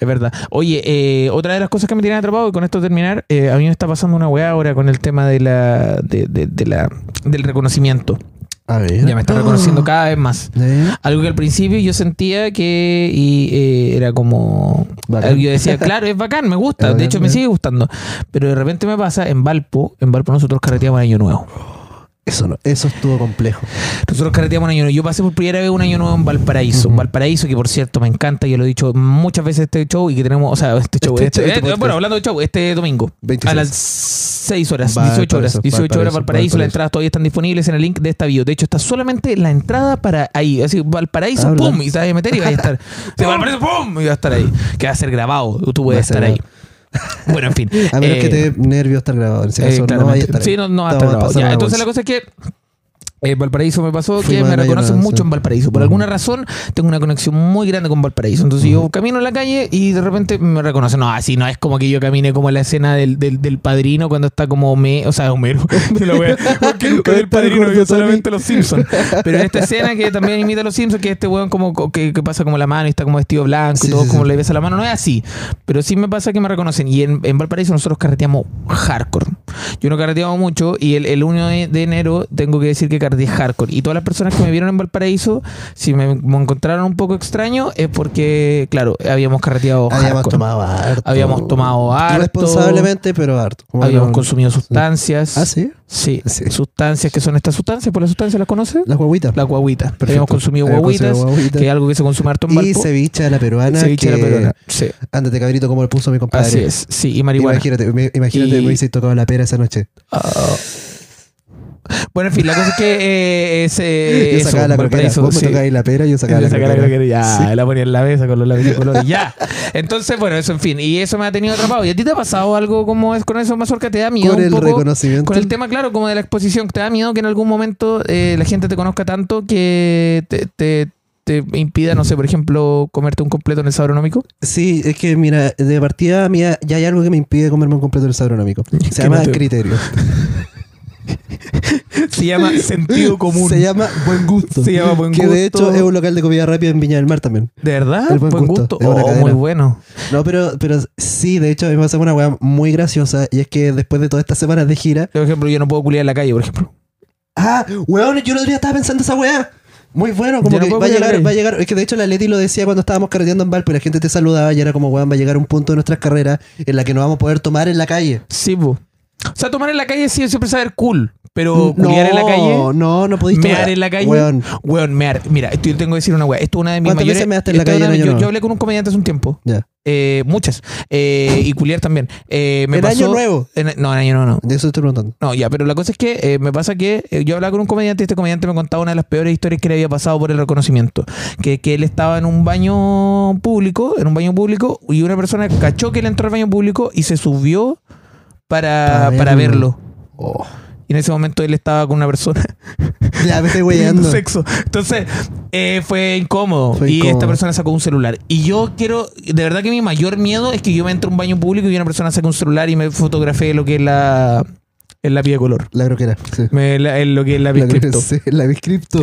S1: Es verdad. Oye, eh, otra de las cosas que me tienen atrapado, y con esto terminar, eh, a mí me está pasando una weá ahora con el tema de la, de, de- de la, del reconocimiento.
S2: A ver.
S1: Ya me está reconociendo cada vez más.
S2: ¿Eh?
S1: Algo que al principio yo sentía que y, eh, era como...
S2: Bacán.
S1: algo Yo decía, claro, es bacán, me gusta.
S2: Es bacán,
S1: de hecho, me
S2: ¿eh?
S1: sigue gustando. Pero de repente me pasa, en Valpo, en Valpo nosotros carreteamos en Año Nuevo.
S2: Eso no, eso estuvo complejo.
S1: Nosotros carreteamos en Año Nuevo. Yo pasé por primera vez un Año Nuevo en Valparaíso.
S2: Ujú.
S1: Valparaíso, que por cierto me encanta, yo lo he dicho muchas veces este show y que tenemos, o sea, este show,
S2: Este
S1: este-
S2: show, este
S1: eh,
S2: podcast.
S1: bueno, hablando de show, este domingo.
S2: 26.
S1: A las 6 horas,
S2: Valparaíso,
S1: 18 horas, 18 horas
S2: Valparaíso,
S1: Valparaíso. Las
S2: Valparaíso.
S1: entradas todavía están disponibles en el link de esta bio. De hecho, está solamente la entrada para ahí. Así, Valparaíso,
S2: Habla.
S1: pum, y te vas a meter y vas a estar. O sea, Valparaíso, pum, y vas a estar ahí. Que va a ser grabado, tú puedes
S2: Va a ser
S1: estar ahí. Bueno, en fin.
S2: A menos
S1: Eh,
S2: que te dé nervio estar grabado. En ese
S1: eh,
S2: caso, no vaya a
S1: claramente.
S2: estar.
S1: Sí, no, no va a
S2: Te
S1: estar
S2: vamos a
S1: grabado.
S2: pasar
S1: Ya,
S2: la
S1: entonces la
S2: bolsa.
S1: cosa es que eh, Valparaíso me pasó
S2: Fui
S1: que me
S2: mal ahí,
S1: reconocen
S2: ¿no?
S1: mucho en
S2: Sí.
S1: Valparaíso. Por
S2: Ujú.
S1: alguna razón tengo una conexión muy grande con Valparaíso. Entonces yo camino en la calle y de repente me reconocen. No, así no es como que yo camine como la escena del, del, del padrino cuando está como Homero. O sea, Homero. De la wea. Porque nunca vi el
S2: Está el
S1: padrino,
S2: gordo
S1: vio
S2: Tommy.
S1: solamente los Simpsons. Pero en esta escena que también imita a los Simpsons, que este weón como co- que, que pasa como la mano y está como vestido blanco y
S2: Sí,
S1: todo
S2: sí,
S1: como
S2: sí.
S1: le besa la mano. No es así. Pero sí me pasa que me reconocen. Y en, en Valparaíso nosotros carreteamos hardcore. Yo no carreteaba mucho y el, el 1 de, de enero tengo que decir que carreteé hardcore. Y todas las personas que me vieron en Valparaíso, si me, me encontraron un poco extraño, es porque, claro, habíamos carreteado
S2: Habíamos
S1: hardcore.
S2: tomado harto.
S1: Habíamos tomado harto.
S2: Responsablemente, pero harto. Como
S1: habíamos
S2: no-
S1: consumido sustancias.
S2: Ah, sí.
S1: Sí,
S2: Sí.
S1: sustancias que son estas sustancias, ¿por las sustancias las conoces?
S2: Las guaguitas.
S1: Las guaguitas.
S2: Perfecto.
S1: Habíamos consumido
S2: Habíamos
S1: guaguitas,
S2: consumido guaguitas.
S1: que es algo que se consume harto en Valpo.
S2: y ceviche a la peruana.
S1: Ceviche de
S2: que-
S1: la peruana. Sí,
S2: Ándate, cabrito, como lo puso mi compadre.
S1: así es. Sí, y marihuana.
S2: Imagínate, me- imagínate,
S1: Y-
S2: me hubiese tocado la pera esa noche.
S1: Ah. Bueno, en fin, la cosa es que eh, ese,
S2: Yo sacaba la croquera.
S1: Valparaíso,
S2: Vos
S1: sí.
S2: me tocabais la pera y yo sacaba
S1: Le
S2: la
S1: sacaba la
S2: croquera.
S1: croquera, ya,
S2: Sí.
S1: la ponía en la mesa con los labios de colores, ya. Entonces, bueno, eso en fin. Y eso me ha tenido atrapado. ¿Y a ti te ha pasado algo como es con eso, Mazorca? ¿Te da miedo
S2: Con
S1: un
S2: el
S1: poco?
S2: reconocimiento.
S1: Con el tema, claro, como de la exposición. ¿Te da miedo que en algún momento eh, la gente te conozca tanto que te, te, te impida, no sé, por ejemplo, comerte un completo en el sabronómico?
S2: Sí, es que mira, de partida mía ya hay algo que me impide comerme un completo del sabronómico.
S1: que
S2: Se llama
S1: no te-
S2: criterio.
S1: Se llama sentido común.
S2: Se llama buen gusto.
S1: Se llama buen
S2: que de
S1: gusto.
S2: hecho es un local de comida rápida en Viña del Mar también.
S1: ¿De verdad?
S2: El
S1: buen,
S2: buen
S1: gusto.
S2: gusto, es una
S1: Oh,
S2: cadena.
S1: muy bueno.
S2: No, pero, pero sí, de hecho, a mí me pasa una weá muy graciosa y es que después de todas estas semanas de gira.
S1: Por ejemplo, yo no puedo culiar en la calle, por ejemplo.
S2: ¡Ah! ¡Weón! Yo el otro día estaba pensando esa weá. Muy bueno,
S1: Ya
S2: como
S1: no
S2: que
S1: puedo
S2: va a
S1: llegar eh. ahí.
S2: llegar, va a llegar. Es que de hecho la Leti lo decía cuando estábamos carreteando en Valpo y la gente te saludaba y era como, weón, va a llegar un punto de nuestras carreras en la que no vamos a poder tomar en la calle.
S1: Sí, po. O sea, tomar en la calle sí siempre saber cool, pero
S2: no,
S1: culiar en la calle.
S2: No, no podéis tomar.
S1: mear en la calle.
S2: Weón,
S1: Weón, mear. Mira, esto yo tengo que decir una weá. Esto es una de mis
S2: ¿Cuántas
S1: mayores.
S2: veces measte en la
S1: esto es
S2: calle
S1: una-
S2: en Año
S1: yo,
S2: Nuevo?
S1: yo hablé con un comediante hace un tiempo.
S2: ya.
S1: Eh, muchas. Eh, y culiar también. Eh, me
S2: ¿En
S1: pasó-
S2: Año Nuevo?
S1: en- no, en año nuevo no.
S2: De eso estoy preguntando.
S1: No, ya, pero la cosa es que eh, me pasa que eh, yo hablaba con un comediante y este comediante me contaba una de las peores historias que le había pasado por el reconocimiento. Que, que él estaba en un baño público, en un baño público, y una persona cachó que él entró al baño público y se subió para,
S2: Para
S1: para verlo.
S2: verlo. Oh.
S1: Y en ese momento él estaba con una persona
S2: Ya me estoy
S1: teniendo
S2: weyando.
S1: sexo. Entonces, eh, fue incómodo.
S2: Fue
S1: y
S2: incómodo.
S1: esta persona sacó un celular. Y yo quiero, de verdad que mi mayor miedo es que yo me entre a un baño público y una persona saca un celular y me fotografee lo que es la, en la vía de color.
S2: La croquera. Sí.
S1: Me- la- en lo que es la vía
S2: La croquera,
S1: cripto.
S2: sí, La biscripto.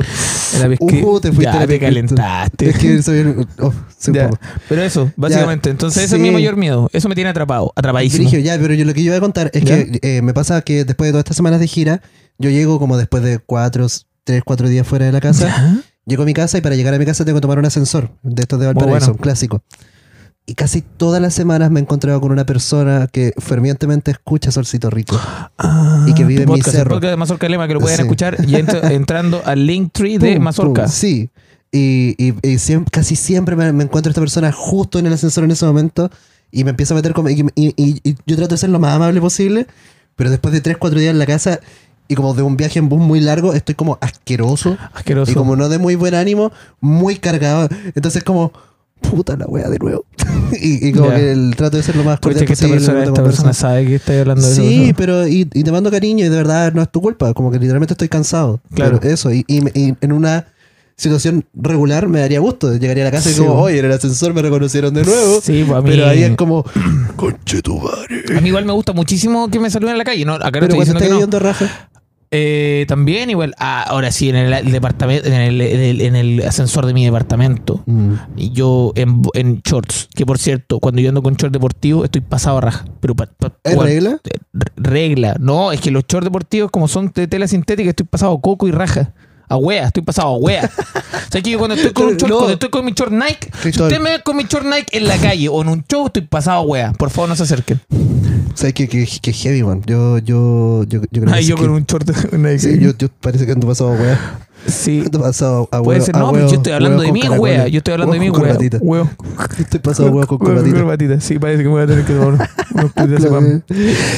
S1: En la vía cri-
S2: Uh, te fuiste
S1: ya,
S2: a
S1: te
S2: la vía cripto.
S1: calentaste.
S2: Es que soy un- oh, soy un
S1: Ya.
S2: poco.
S1: Pero eso, básicamente. Entonces, ese es
S2: Sí.
S1: mi mayor miedo. Eso me tiene atrapado, atrapadísimo.
S2: Brigio, ya, pero yo lo que yo iba a contar es
S1: ¿Ya?
S2: que eh, me pasa que después de todas estas semanas de gira, yo llego como después de cuatro, tres, cuatro días fuera de la casa.
S1: Ya.
S2: Llego a mi casa y para llegar a mi casa tengo que tomar un ascensor de estos de
S1: Muy
S2: Valparaíso,
S1: bueno.
S2: un clásico. Y casi todas las semanas me he encontrado con una persona que fervientemente escucha Solcito Rico.
S1: Ah,
S2: Y que vive
S1: tu
S2: en mi
S1: podcast, el
S2: cerro.
S1: podcast de Mazorca Lema, que lo pueden
S2: Sí.
S1: escuchar y entr- entrando al link tree de
S2: Pum,
S1: Mazorca.
S2: pum, Sí. Y, y- y siem- casi siempre me, me encuentro a esta persona justo en el ascensor en ese momento y me empieza a meter como... Y, y- y- y yo trato de ser lo más amable posible, pero después de 3, 4 días en la casa y como de un viaje en bus muy largo, estoy como asqueroso.
S3: Asqueroso.
S2: Y como no de muy buen ánimo, muy cargado. Entonces como... Puta la wea de nuevo. y, y como
S3: Ya.
S2: que el trato de ser lo más cordial
S3: Escucha que esta
S2: posible
S3: persona,
S2: cuando
S3: esta
S2: converso.
S3: persona sabe que estoy hablando de
S2: Sí,
S3: eso.
S2: pero y, y te mando cariño y de verdad no es tu culpa. Como que literalmente estoy cansado.
S3: Claro.
S2: Pero eso. Y, y- y en una situación regular me daría gusto. Llegaría a la casa y
S3: Sí,
S2: como,
S3: bueno.
S2: oye, en el ascensor me reconocieron de nuevo.
S3: Sí, pues a mí.
S2: Pero ahí es como, conche tu madre.
S3: A mí igual me gusta muchísimo que me saluden en la calle. No, acá no
S2: Pero
S3: estoy
S2: cuando
S3: diciendo
S2: estás
S3: que
S2: viviendo
S3: no.
S2: raja,
S3: Eh, también igual. ah, ahora sí, en el, el departamento, en el, en el- en el ascensor de mi departamento. Y Yo en, en shorts, que por cierto, cuando yo ando con shorts deportivos estoy pasado a raja. Pero pa- pa-
S2: ¿es
S3: cuan-
S2: regla?
S3: eh, re- regla. No, es que los shorts deportivos, como son de tela sintética, estoy pasado coco y raja. A wea, estoy pasado a wea. o sea, que yo cuando estoy con un short,
S2: No.
S3: cuando estoy con mi short Nike, si
S2: Cristóbal.
S3: usted me ve con mi short Nike en la calle o en un show, estoy pasado a wea. Por favor, no se acerquen.
S2: ¿Sabes qué? Que, que heavy, man. Yo, yo, yo, yo creo
S3: Ay,
S2: que
S3: yo
S2: sí que-
S3: con un short Nike.
S2: Sí, yo, yo parece que ando pasado, wea.
S3: Sí.
S2: Ando pasado a
S3: Puede
S2: huevo-
S3: ser,
S2: a
S3: no, pero
S2: huevo-
S3: yo estoy hablando
S2: huevo
S3: de
S2: con
S3: mí,
S2: caracoles.
S3: wea. Yo estoy hablando de mí,
S2: Huevo con
S3: wea.
S2: corbatita.
S3: Huevo.
S2: Estoy pasado a huevo con corbatita.
S3: Sí, parece que me voy a tener que tomar unos- unos cuitas de pan.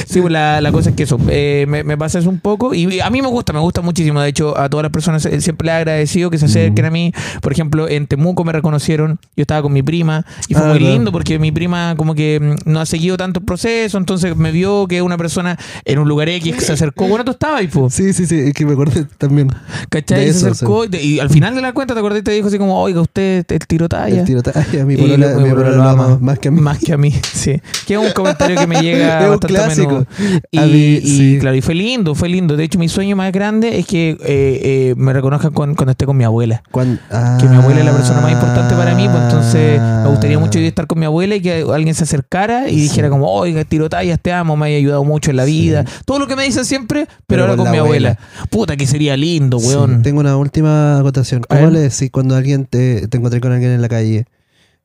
S3: Sí, pues la, la cosa es que eso, eh, me, me pasa eso un poco y a mí me gusta, me gusta muchísimo. De hecho, a todas las personas eh, siempre le he agradecido que se
S2: Mm.
S3: acerquen a mí. Por ejemplo, en Temuco me reconocieron, yo estaba con mi prima y fue
S2: Ah,
S3: muy
S2: verdad.
S3: lindo porque mi prima como que mm, no ha seguido tanto el proceso, entonces me vio que una persona en un lugar X se acercó. Bueno, tú estabas ahí, pues.
S2: Sí, sí, sí, es que me acordé también.
S3: ¿Cachai?
S2: De
S3: Y se
S2: eso,
S3: acercó y te- y al final de la cuenta te acordás y te dijo así como, oiga, usted este, el tiro talla.
S2: El tiro Ay, a mi
S3: Ah, Y
S2: polola,
S3: lo-
S2: mi
S3: mi
S2: polola
S3: polola
S2: lo ama
S3: ama.
S2: más que a mí.
S3: Más que a mí, sí. Que es un comentario que me llega
S2: Es un
S3: bastante
S2: clásico.
S3: menudo. Y,
S2: A mí,
S3: y
S2: Ah, sí.
S3: claro, y fue lindo, fue lindo. De hecho, mi sueño más grande es que eh, eh, me reconozcan con- cuando esté con mi abuela.
S2: Cuan-
S3: Que mi abuela es la
S2: Ah.
S3: persona más importante para mí, pues entonces me gustaría mucho yo estar con mi abuela y que alguien se acercara y dijera como, oiga, tiro tallas, te amo, me has ayudado mucho en la vida. Todo lo que me dicen siempre, pero,
S2: Pero
S3: ahora
S2: con
S3: con
S2: la
S3: mi abuela. Puta, que sería lindo,
S2: Sí,
S3: weón.
S2: tengo una última acotación.
S3: A
S2: ¿Cómo
S3: ver.
S2: le decís cuando alguien te, te encontré con alguien en la calle?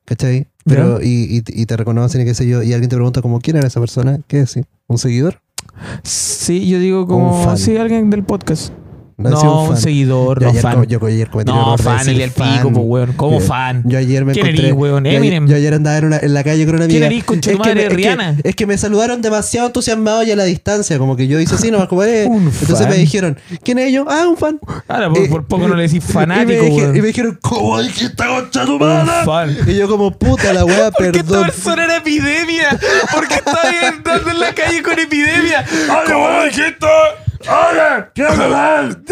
S2: ¿Cachai? Pero, y, y, y te reconocen y qué sé yo, y alguien te pregunta como quién era esa persona, ¿qué decís? ¿Un seguidor?
S3: Sí, yo digo
S2: Un fan.
S3: como, sí, alguien del podcast. No,
S2: decís
S3: un seguidor,
S2: Yo
S3: no
S2: ayer,
S3: fan.
S2: co- Yo, ayer cometí el
S3: No,
S2: error de
S3: fan,
S2: decir
S3: el del
S2: fan.
S3: pico, pues, weón. ¿Cómo
S2: Yo-
S3: fan?
S2: Yo ayer me
S3: ¿Quién
S2: encontré.
S3: erís, weón?
S2: yo, ayer-
S3: Eminem.
S2: yo ayer andaba en, una- en la calle con una amiga.
S3: ¿Quién erís, concha
S2: Es
S3: tu
S2: que me-
S3: madre,
S2: es que-
S3: Rihanna?
S2: Es que, me saludaron demasiado entusiasmado y a la distancia. Como que yo hice así, nomás como, eh.
S3: Un
S2: Entonces
S3: fan.
S2: me dijeron, ¿quién es yo? Ah, un fan.
S3: Ahora, por,
S2: Eh,
S3: por poco no le decís
S2: y,
S3: fanático,
S2: me, dije-
S3: weón.
S2: y me dijeron, ¿cómo dijiste concha tu
S3: Un
S2: madre?
S3: fan.
S2: Y yo, como, puta la wea,
S3: ¿Por qué esta
S2: perdón.
S3: persona era epidemia? ¿Por qué está ahí andando en la calle con epidemia? ¡Ay, weón, dijiste! ¡Hola! ¿Qué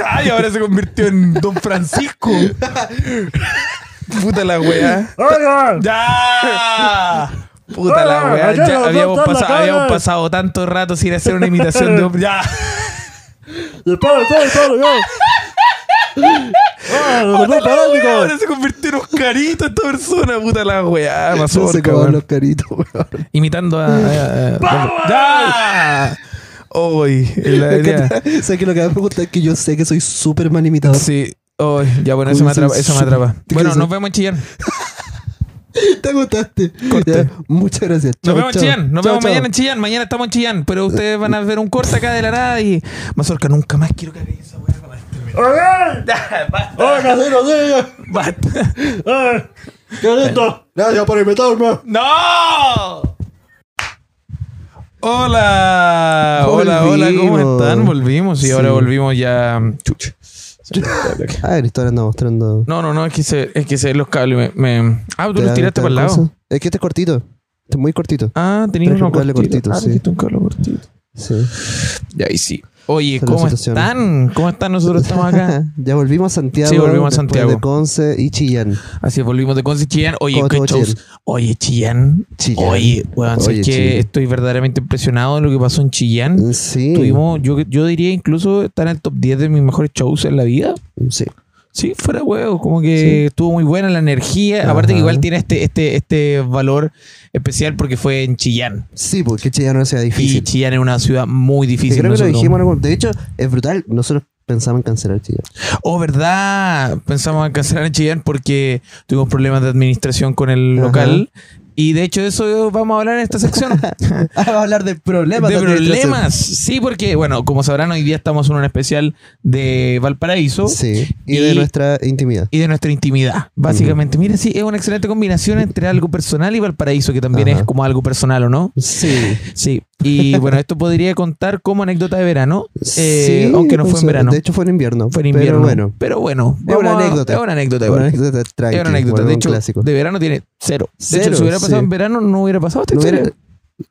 S3: ¡Ay, ahora se convirtió en Don Francisco! Puta la weá.
S4: Oigan,
S3: ¡Ya! Puta la
S4: Hola,
S3: weá.
S4: ayer
S3: Ya
S4: los
S3: habíamos,
S4: dos están en la
S3: pasado- habíamos
S4: calle.
S3: pasado tanto rato sin hacer una imitación de un. ¡Ya!
S4: y el palo, el palo, el palo, yo. Ah, lo
S3: Puta
S4: mandó
S3: la
S4: para
S3: weá,
S4: África.
S3: Ahora se convirtió en Oscarito esta persona. Puta la weá.
S2: No sé
S3: Mazorca,
S2: cómo
S3: weón.
S2: los caritos, weón.
S3: Imitando a. a- a- ¡Ya! Hoy, en la
S2: Me
S3: idea.
S2: encanta. O sea, que lo que más me gusta es que yo sé que soy súper mal imitador.
S3: Sí, hoy. Ya, bueno, eso me atrapa. Eso me atrapa.
S2: ¿Qué
S3: Bueno,
S2: cosa?
S3: nos vemos en Chillán.
S2: Te agotaste.
S3: Corte.
S2: Ya, muchas gracias.
S3: Nos
S2: Chao,
S3: vemos en
S2: chao.
S3: Chillán. Nos
S2: Chao,
S3: vemos
S2: chao.
S3: mañana en Chillán. Mañana estamos en Chillán. Pero ustedes van a ver un corte acá de la nada y. Mazorca, nunca más quiero que hagáis esa weá.
S4: Oigan, oigan, sí, lo digo.
S3: Basta.
S4: Eh, qué lindo. Gracias por invitarme.
S3: ¡No! Hola, hola, hola, ¿cómo
S2: Volvimos.
S3: están? Volvimos y
S2: Sí.
S3: ahora volvimos ya. mm, Chuch.
S2: Ah, Cristo ahora anda mostrando.
S3: No, no, no, es que se, es que se los cables me. me- Ah, tú los tiraste para el lado.
S2: Es que este es cortito. Este es muy cortito.
S3: Ah, tenías
S2: Traje
S3: uno
S2: un cable cortito,
S3: cortito. Ah,
S2: sí.
S3: dijiste un cable cortito.
S2: Sí.
S3: Ya, ahí sí. Oye,
S2: Esa es la
S3: ¿cómo
S2: situación.
S3: están? ¿Cómo están? Nosotros estamos acá.
S2: ya volvimos a Santiago.
S3: Sí, volvimos a
S2: después
S3: Santiago.
S2: De Conce y Chillán.
S3: Así es, volvimos de Conce Chillán. Oye,
S2: ¿Cómo
S3: ¿qué
S2: estuvo
S3: shows? Oye, Chillán.
S2: Chillán.
S3: Oye, weón,
S2: Oye,
S3: sé
S2: Chillán.
S3: que estoy verdaderamente impresionado de lo que pasó en Chillán.
S2: Sí.
S3: Tuvimos, yo, yo diría incluso estar en el top 10 de mis mejores shows en la vida.
S2: Sí.
S3: Sí, fuera huevo, como que estuvo muy buena la energía. Aparte que
S2: Ajá.
S3: igual tiene este, este, este valor especial porque fue en Chillán.
S2: Sí, porque Chillán es una ciudad
S3: Y
S2: difícil.
S3: Chillán es una ciudad muy
S2: Que
S3: difícil.
S2: creo que lo
S3: nosotros-
S2: dijimos. en algún- De hecho, es brutal. Nosotros pensamos en cancelar Chillán.
S3: Oh, verdad. Pensamos en cancelar en Chillán porque tuvimos problemas de administración con el
S2: Ajá.
S3: local Y de hecho, eso vamos a hablar en esta sección.
S2: Ah, va a hablar de problemas.
S3: de
S2: pues, administración.
S3: problemas. Sí, porque, bueno, como sabrán, hoy día estamos en un especial de Valparaíso.
S2: Sí. Y, de
S3: Y-
S2: nuestra intimidad.
S3: y de nuestra intimidad, básicamente. Mira, sí, es una excelente combinación entre algo personal y Valparaíso, que también
S2: Ajá.
S3: es como algo personal, ¿o no?
S2: Sí.
S3: Sí. Y bueno, esto podría contar como anécdota de verano, eh,
S2: Sí,
S3: aunque no
S2: pues,
S3: fue en verano.
S2: De hecho, fue en invierno.
S3: fue en invierno.
S2: Pero bueno.
S3: pero bueno
S2: Es una
S3: vamos a-
S2: anécdota.
S3: Es una anécdota,
S2: Una
S3: igual.
S2: anécdota
S3: Es
S2: tranqui,
S3: una anécdota.
S2: bueno,
S3: de
S2: un
S3: hecho,
S2: clásico.
S3: de verano tiene cero. De hecho,
S2: Cero,
S3: si hubiera pasado
S2: sí.
S3: en verano, no hubiera pasado esta
S2: No hubiera-
S3: historia.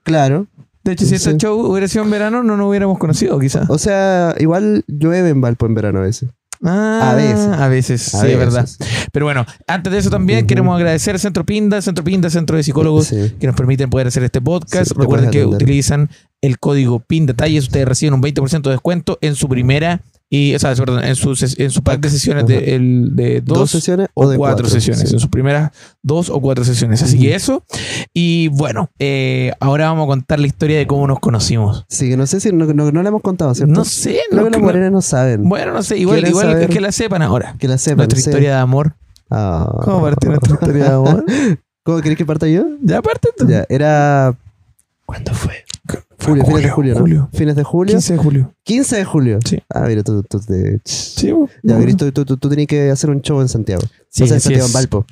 S2: Claro.
S3: De hecho, si este
S2: sí.
S3: show hubiera sido en verano, no nos hubiéramos conocido, quizás.
S2: O sea, igual llueve en Valpo en verano a veces.
S3: Ah,
S2: a veces.
S3: A veces,
S2: A
S3: sí,
S2: veces.
S3: es verdad. Pero bueno, antes de eso también
S2: Ujú.
S3: queremos agradecer a Centro Pinda, Centro Pinda, Centro de Psicólogos,
S2: Sí.
S3: que nos permiten poder hacer este podcast.
S2: Sí, te
S3: Recuerden
S2: puedes
S3: que
S2: atender.
S3: utilizan el código PIN Detalles, ustedes reciben un 20% de descuento en su primera y, o sea, perdón, en su, ses- en su pack de sesiones de,
S2: Ajá.
S3: el- de
S2: Dos,
S3: dos,
S2: sesiones
S3: o
S2: o de
S3: cuatro, sesiones,
S2: sí.
S3: en sus primeras dos o cuatro sesiones. Así que
S2: Ujú.
S3: eso. Y bueno, eh, ahora vamos a contar la historia de cómo nos conocimos.
S2: Sí, que no sé si no, no, no la hemos contado, ¿cierto?
S3: No sé,
S2: Creo
S3: no-
S2: que los
S3: no-
S2: morenos no saben.
S3: bueno, no sé, igual,
S2: ¿Quieres
S3: igual
S2: saber?
S3: que la sepan ahora.
S2: Que la sepan.
S3: Nuestra
S2: sí.
S3: historia de amor.
S2: Ah.
S3: ¿Cómo parte nuestra historia de amor?
S2: ¿Cómo querés que parta yo?
S3: Ya parte tú.
S2: Ya, era
S3: ¿Cuándo fue?
S2: julio, fines de julio, ¿no?
S3: julio.
S2: Fines de julio. 15,
S3: 15 de
S2: de julio.
S3: julio. Sí.
S2: Ah, mira, tú, tú, te-
S3: Sí,
S2: ya,
S3: bueno.
S2: mira, tú, tú, tú, tú tenías que hacer un show en Santiago.
S3: Sí,
S2: o sea, en
S3: así
S2: Santiago,
S3: es.
S2: en Valpo.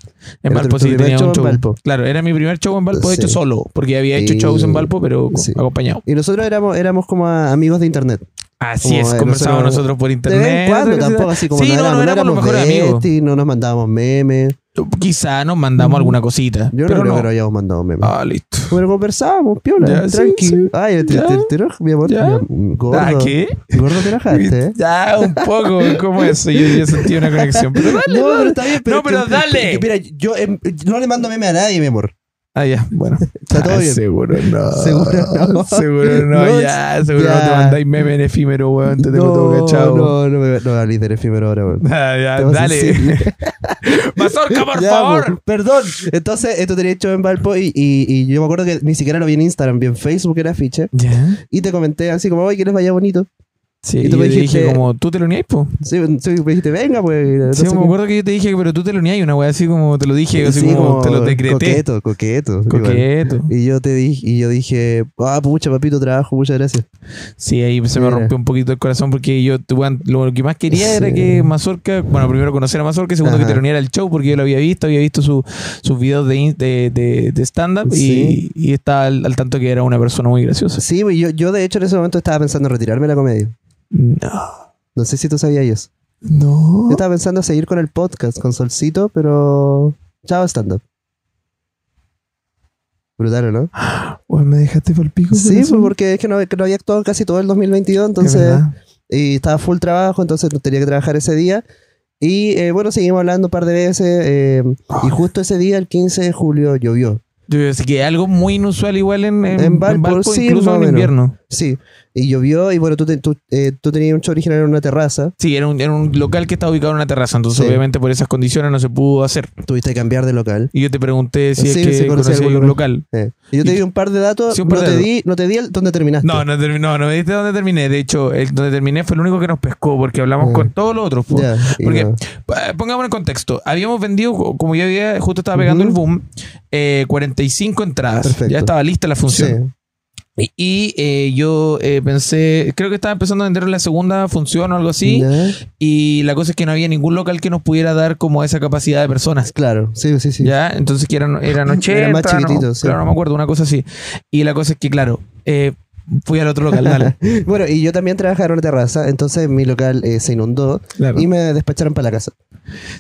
S2: Era
S3: En
S2: tu-
S3: Valpo
S2: tu
S3: sí
S2: primer
S3: tenía
S2: show
S3: un
S2: en
S3: show.
S2: Valpo.
S3: Claro, era mi primer show en Valpo, de hecho
S2: Sí.
S3: solo, porque había hecho
S2: Y-
S3: shows en Valpo, pero co-
S2: Sí.
S3: acompañado.
S2: Y nosotros éramos, éramos como a- amigos de internet.
S3: Así
S2: Como,
S3: es,
S2: eh,
S3: conversábamos
S2: nosotros-
S3: nosotros por
S2: De
S3: internet.
S2: vez en cuando,
S3: otra cosa.
S2: tampoco así como
S3: sí,
S2: no,
S3: no, no
S2: éramos,
S3: éramos los mejores amigos.
S2: besties, no nos mandábamos memes.
S3: Quizá nos mandamos alguna cosita.
S2: Yo no
S3: pero
S2: creo
S3: no.
S2: que nos hayamos mandado memes.
S3: Ah, listo.
S2: Pero conversábamos, piola,
S3: Ya, sí,
S2: tranqui.
S3: sí.
S2: Ay, te,
S3: Ya.
S2: te, te enojas, mi amor.
S3: Ya.
S2: mi- Gordo.
S3: Ah, ¿qué?
S2: Gordo te enojaste, ¿eh?
S3: Ya, un poco, como eso. Yo, yo sentí una conexión. Pero dale,
S2: No,
S3: dale.
S2: pero está bien. Pero
S3: No, pero
S2: que-
S3: dale.
S2: que- que mira, yo em, no le mando meme a nadie, mi amor.
S3: Ah, ya, bueno.
S2: Está todo
S3: Ah,
S2: bien.
S3: Seguro no.
S2: Seguro no.
S3: Seguro no,
S2: No,
S3: ya. Seguro
S2: ya.
S3: no te mandáis meme en efímero, weón. Te tengo todo cachado.
S2: No, no me no me hables del efímero ahora, weón.
S3: Ah, ya,
S2: Te vas a
S3: dale.
S2: decir-
S3: Mazorca, por
S2: Ya,
S3: favor.
S2: po, Perdón. Entonces, esto tenía hecho en Valpo y, y- y yo me acuerdo que ni siquiera lo vi en Instagram, vi en Facebook, era afiche.
S3: Ya.
S2: Y te comenté así como, oye, que les vaya bonito.
S3: Sí,
S2: Y
S3: y
S2: tú me
S3: yo te dije
S2: dijiste-
S3: como, ¿tú te lo unías, po?
S2: Sí, sí, me dijiste, venga, pues. no sé
S3: Sí, me
S2: qué.
S3: acuerdo que yo te dije, pero tú te lo unías, una wea así como te lo dije, así
S2: Sí,
S3: como,
S2: como
S3: te lo decreté.
S2: Coqueto, coqueto. igual.
S3: Coqueto.
S2: Y yo te dije, y yo dije, ah, pucha, papito, trabajo, muchas gracias.
S3: Sí, ahí se me
S2: Mira.
S3: rompió un poquito el corazón porque yo, tu- weón, lo que más quería era
S2: Sí.
S3: que Mazorca, bueno, primero conocer a Mazorca y segundo que
S2: Ajá.
S3: te reuniera el show porque yo lo había visto, había visto su- sus videos de, in- de, de- de stand-up y-
S2: Sí.
S3: y, estaba al, al tanto que era una persona muy graciosa.
S2: Sí, güey, yo, yo de hecho en ese momento estaba pensando en retirarme de la comedia.
S3: No.
S2: No sé si tú sabías eso.
S3: No.
S2: Yo estaba pensando seguir con el podcast, con Solcito, pero. Chao, stand-up. Brutal, ¿o ¿no?
S3: Ah, Weón, me dejaste por el pico.
S2: Sí,
S3: corazón.
S2: pues, porque es que no, que no había actuado casi todo el 2022,
S3: Es
S2: entonces.
S3: verdad.
S2: Y estaba full trabajo, entonces no tenía que trabajar ese día. Y eh, bueno, seguimos hablando un par de veces. eh, Y justo ese día, el 15 de julio, llovió.
S3: Yo creo que algo muy inusual igual en, en,
S2: En
S3: en
S2: Valpo,
S3: Valpo,
S2: sí, más
S3: incluso
S2: o
S3: en
S2: menos.
S3: invierno.
S2: Sí, y llovió y bueno, tú, te- tú, eh, tú tenías un show original en una terraza.
S3: Sí, era un, era un local que estaba ubicado en una terraza, entonces
S2: Sí.
S3: obviamente por esas condiciones no se pudo hacer.
S2: Tuviste que cambiar de local.
S3: Y yo te pregunté si es
S2: Sí,
S3: que
S2: sí, conocí
S3: conocía
S2: algún
S3: algún
S2: lugar.
S3: local.
S2: Eh, Y yo te di un par de datos,
S3: Sí, un par
S2: no,
S3: de
S2: te
S3: datos.
S2: di, no te di el dónde terminaste.
S3: No, no, termi- no, no me diste dónde terminé. De hecho, el donde terminé fue el único que nos pescó porque hablamos
S2: Ah.
S3: con todos los otros. po.
S2: Ya, y
S3: Porque,
S2: no.
S3: eh, pongamos en contexto, habíamos vendido, co- como yo había, justo estaba pegando
S2: Ujú.
S3: el boom, eh, 45 entradas.
S2: Perfecto.
S3: Ya estaba lista la
S2: Sí.
S3: función. Y, y, eh, yo eh, pensé, creo que estaba empezando a vender la segunda función o algo así.
S2: Ya,
S3: Y la cosa es que no había ningún local que nos pudiera dar como esa capacidad de personas.
S2: Claro, sí, sí, sí.
S3: ¿Ya? Entonces que eran, eran
S2: Era
S3: 80.
S2: más chiquitito,
S3: no,
S2: sí.
S3: Claro, no me acuerdo, una cosa así. Y la cosa es que, claro, eh, fui al otro local, dale.
S2: Bueno, y yo también trabajaba en una terraza, entonces mi local eh, se inundó
S3: Claro.
S2: y me despacharon para la casa.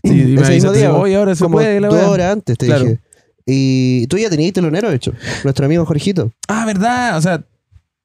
S3: Sí, y me
S2: Ese mismo
S3: avisaste,
S2: día,
S3: oye, ahora se
S2: Como
S3: puede la
S2: dos
S3: weá".
S2: horas antes, te
S3: Claro.
S2: dije. Y tú ya tenías telonero, de hecho. Nuestro amigo Jorgito.
S3: Ah, ¿verdad? O sea,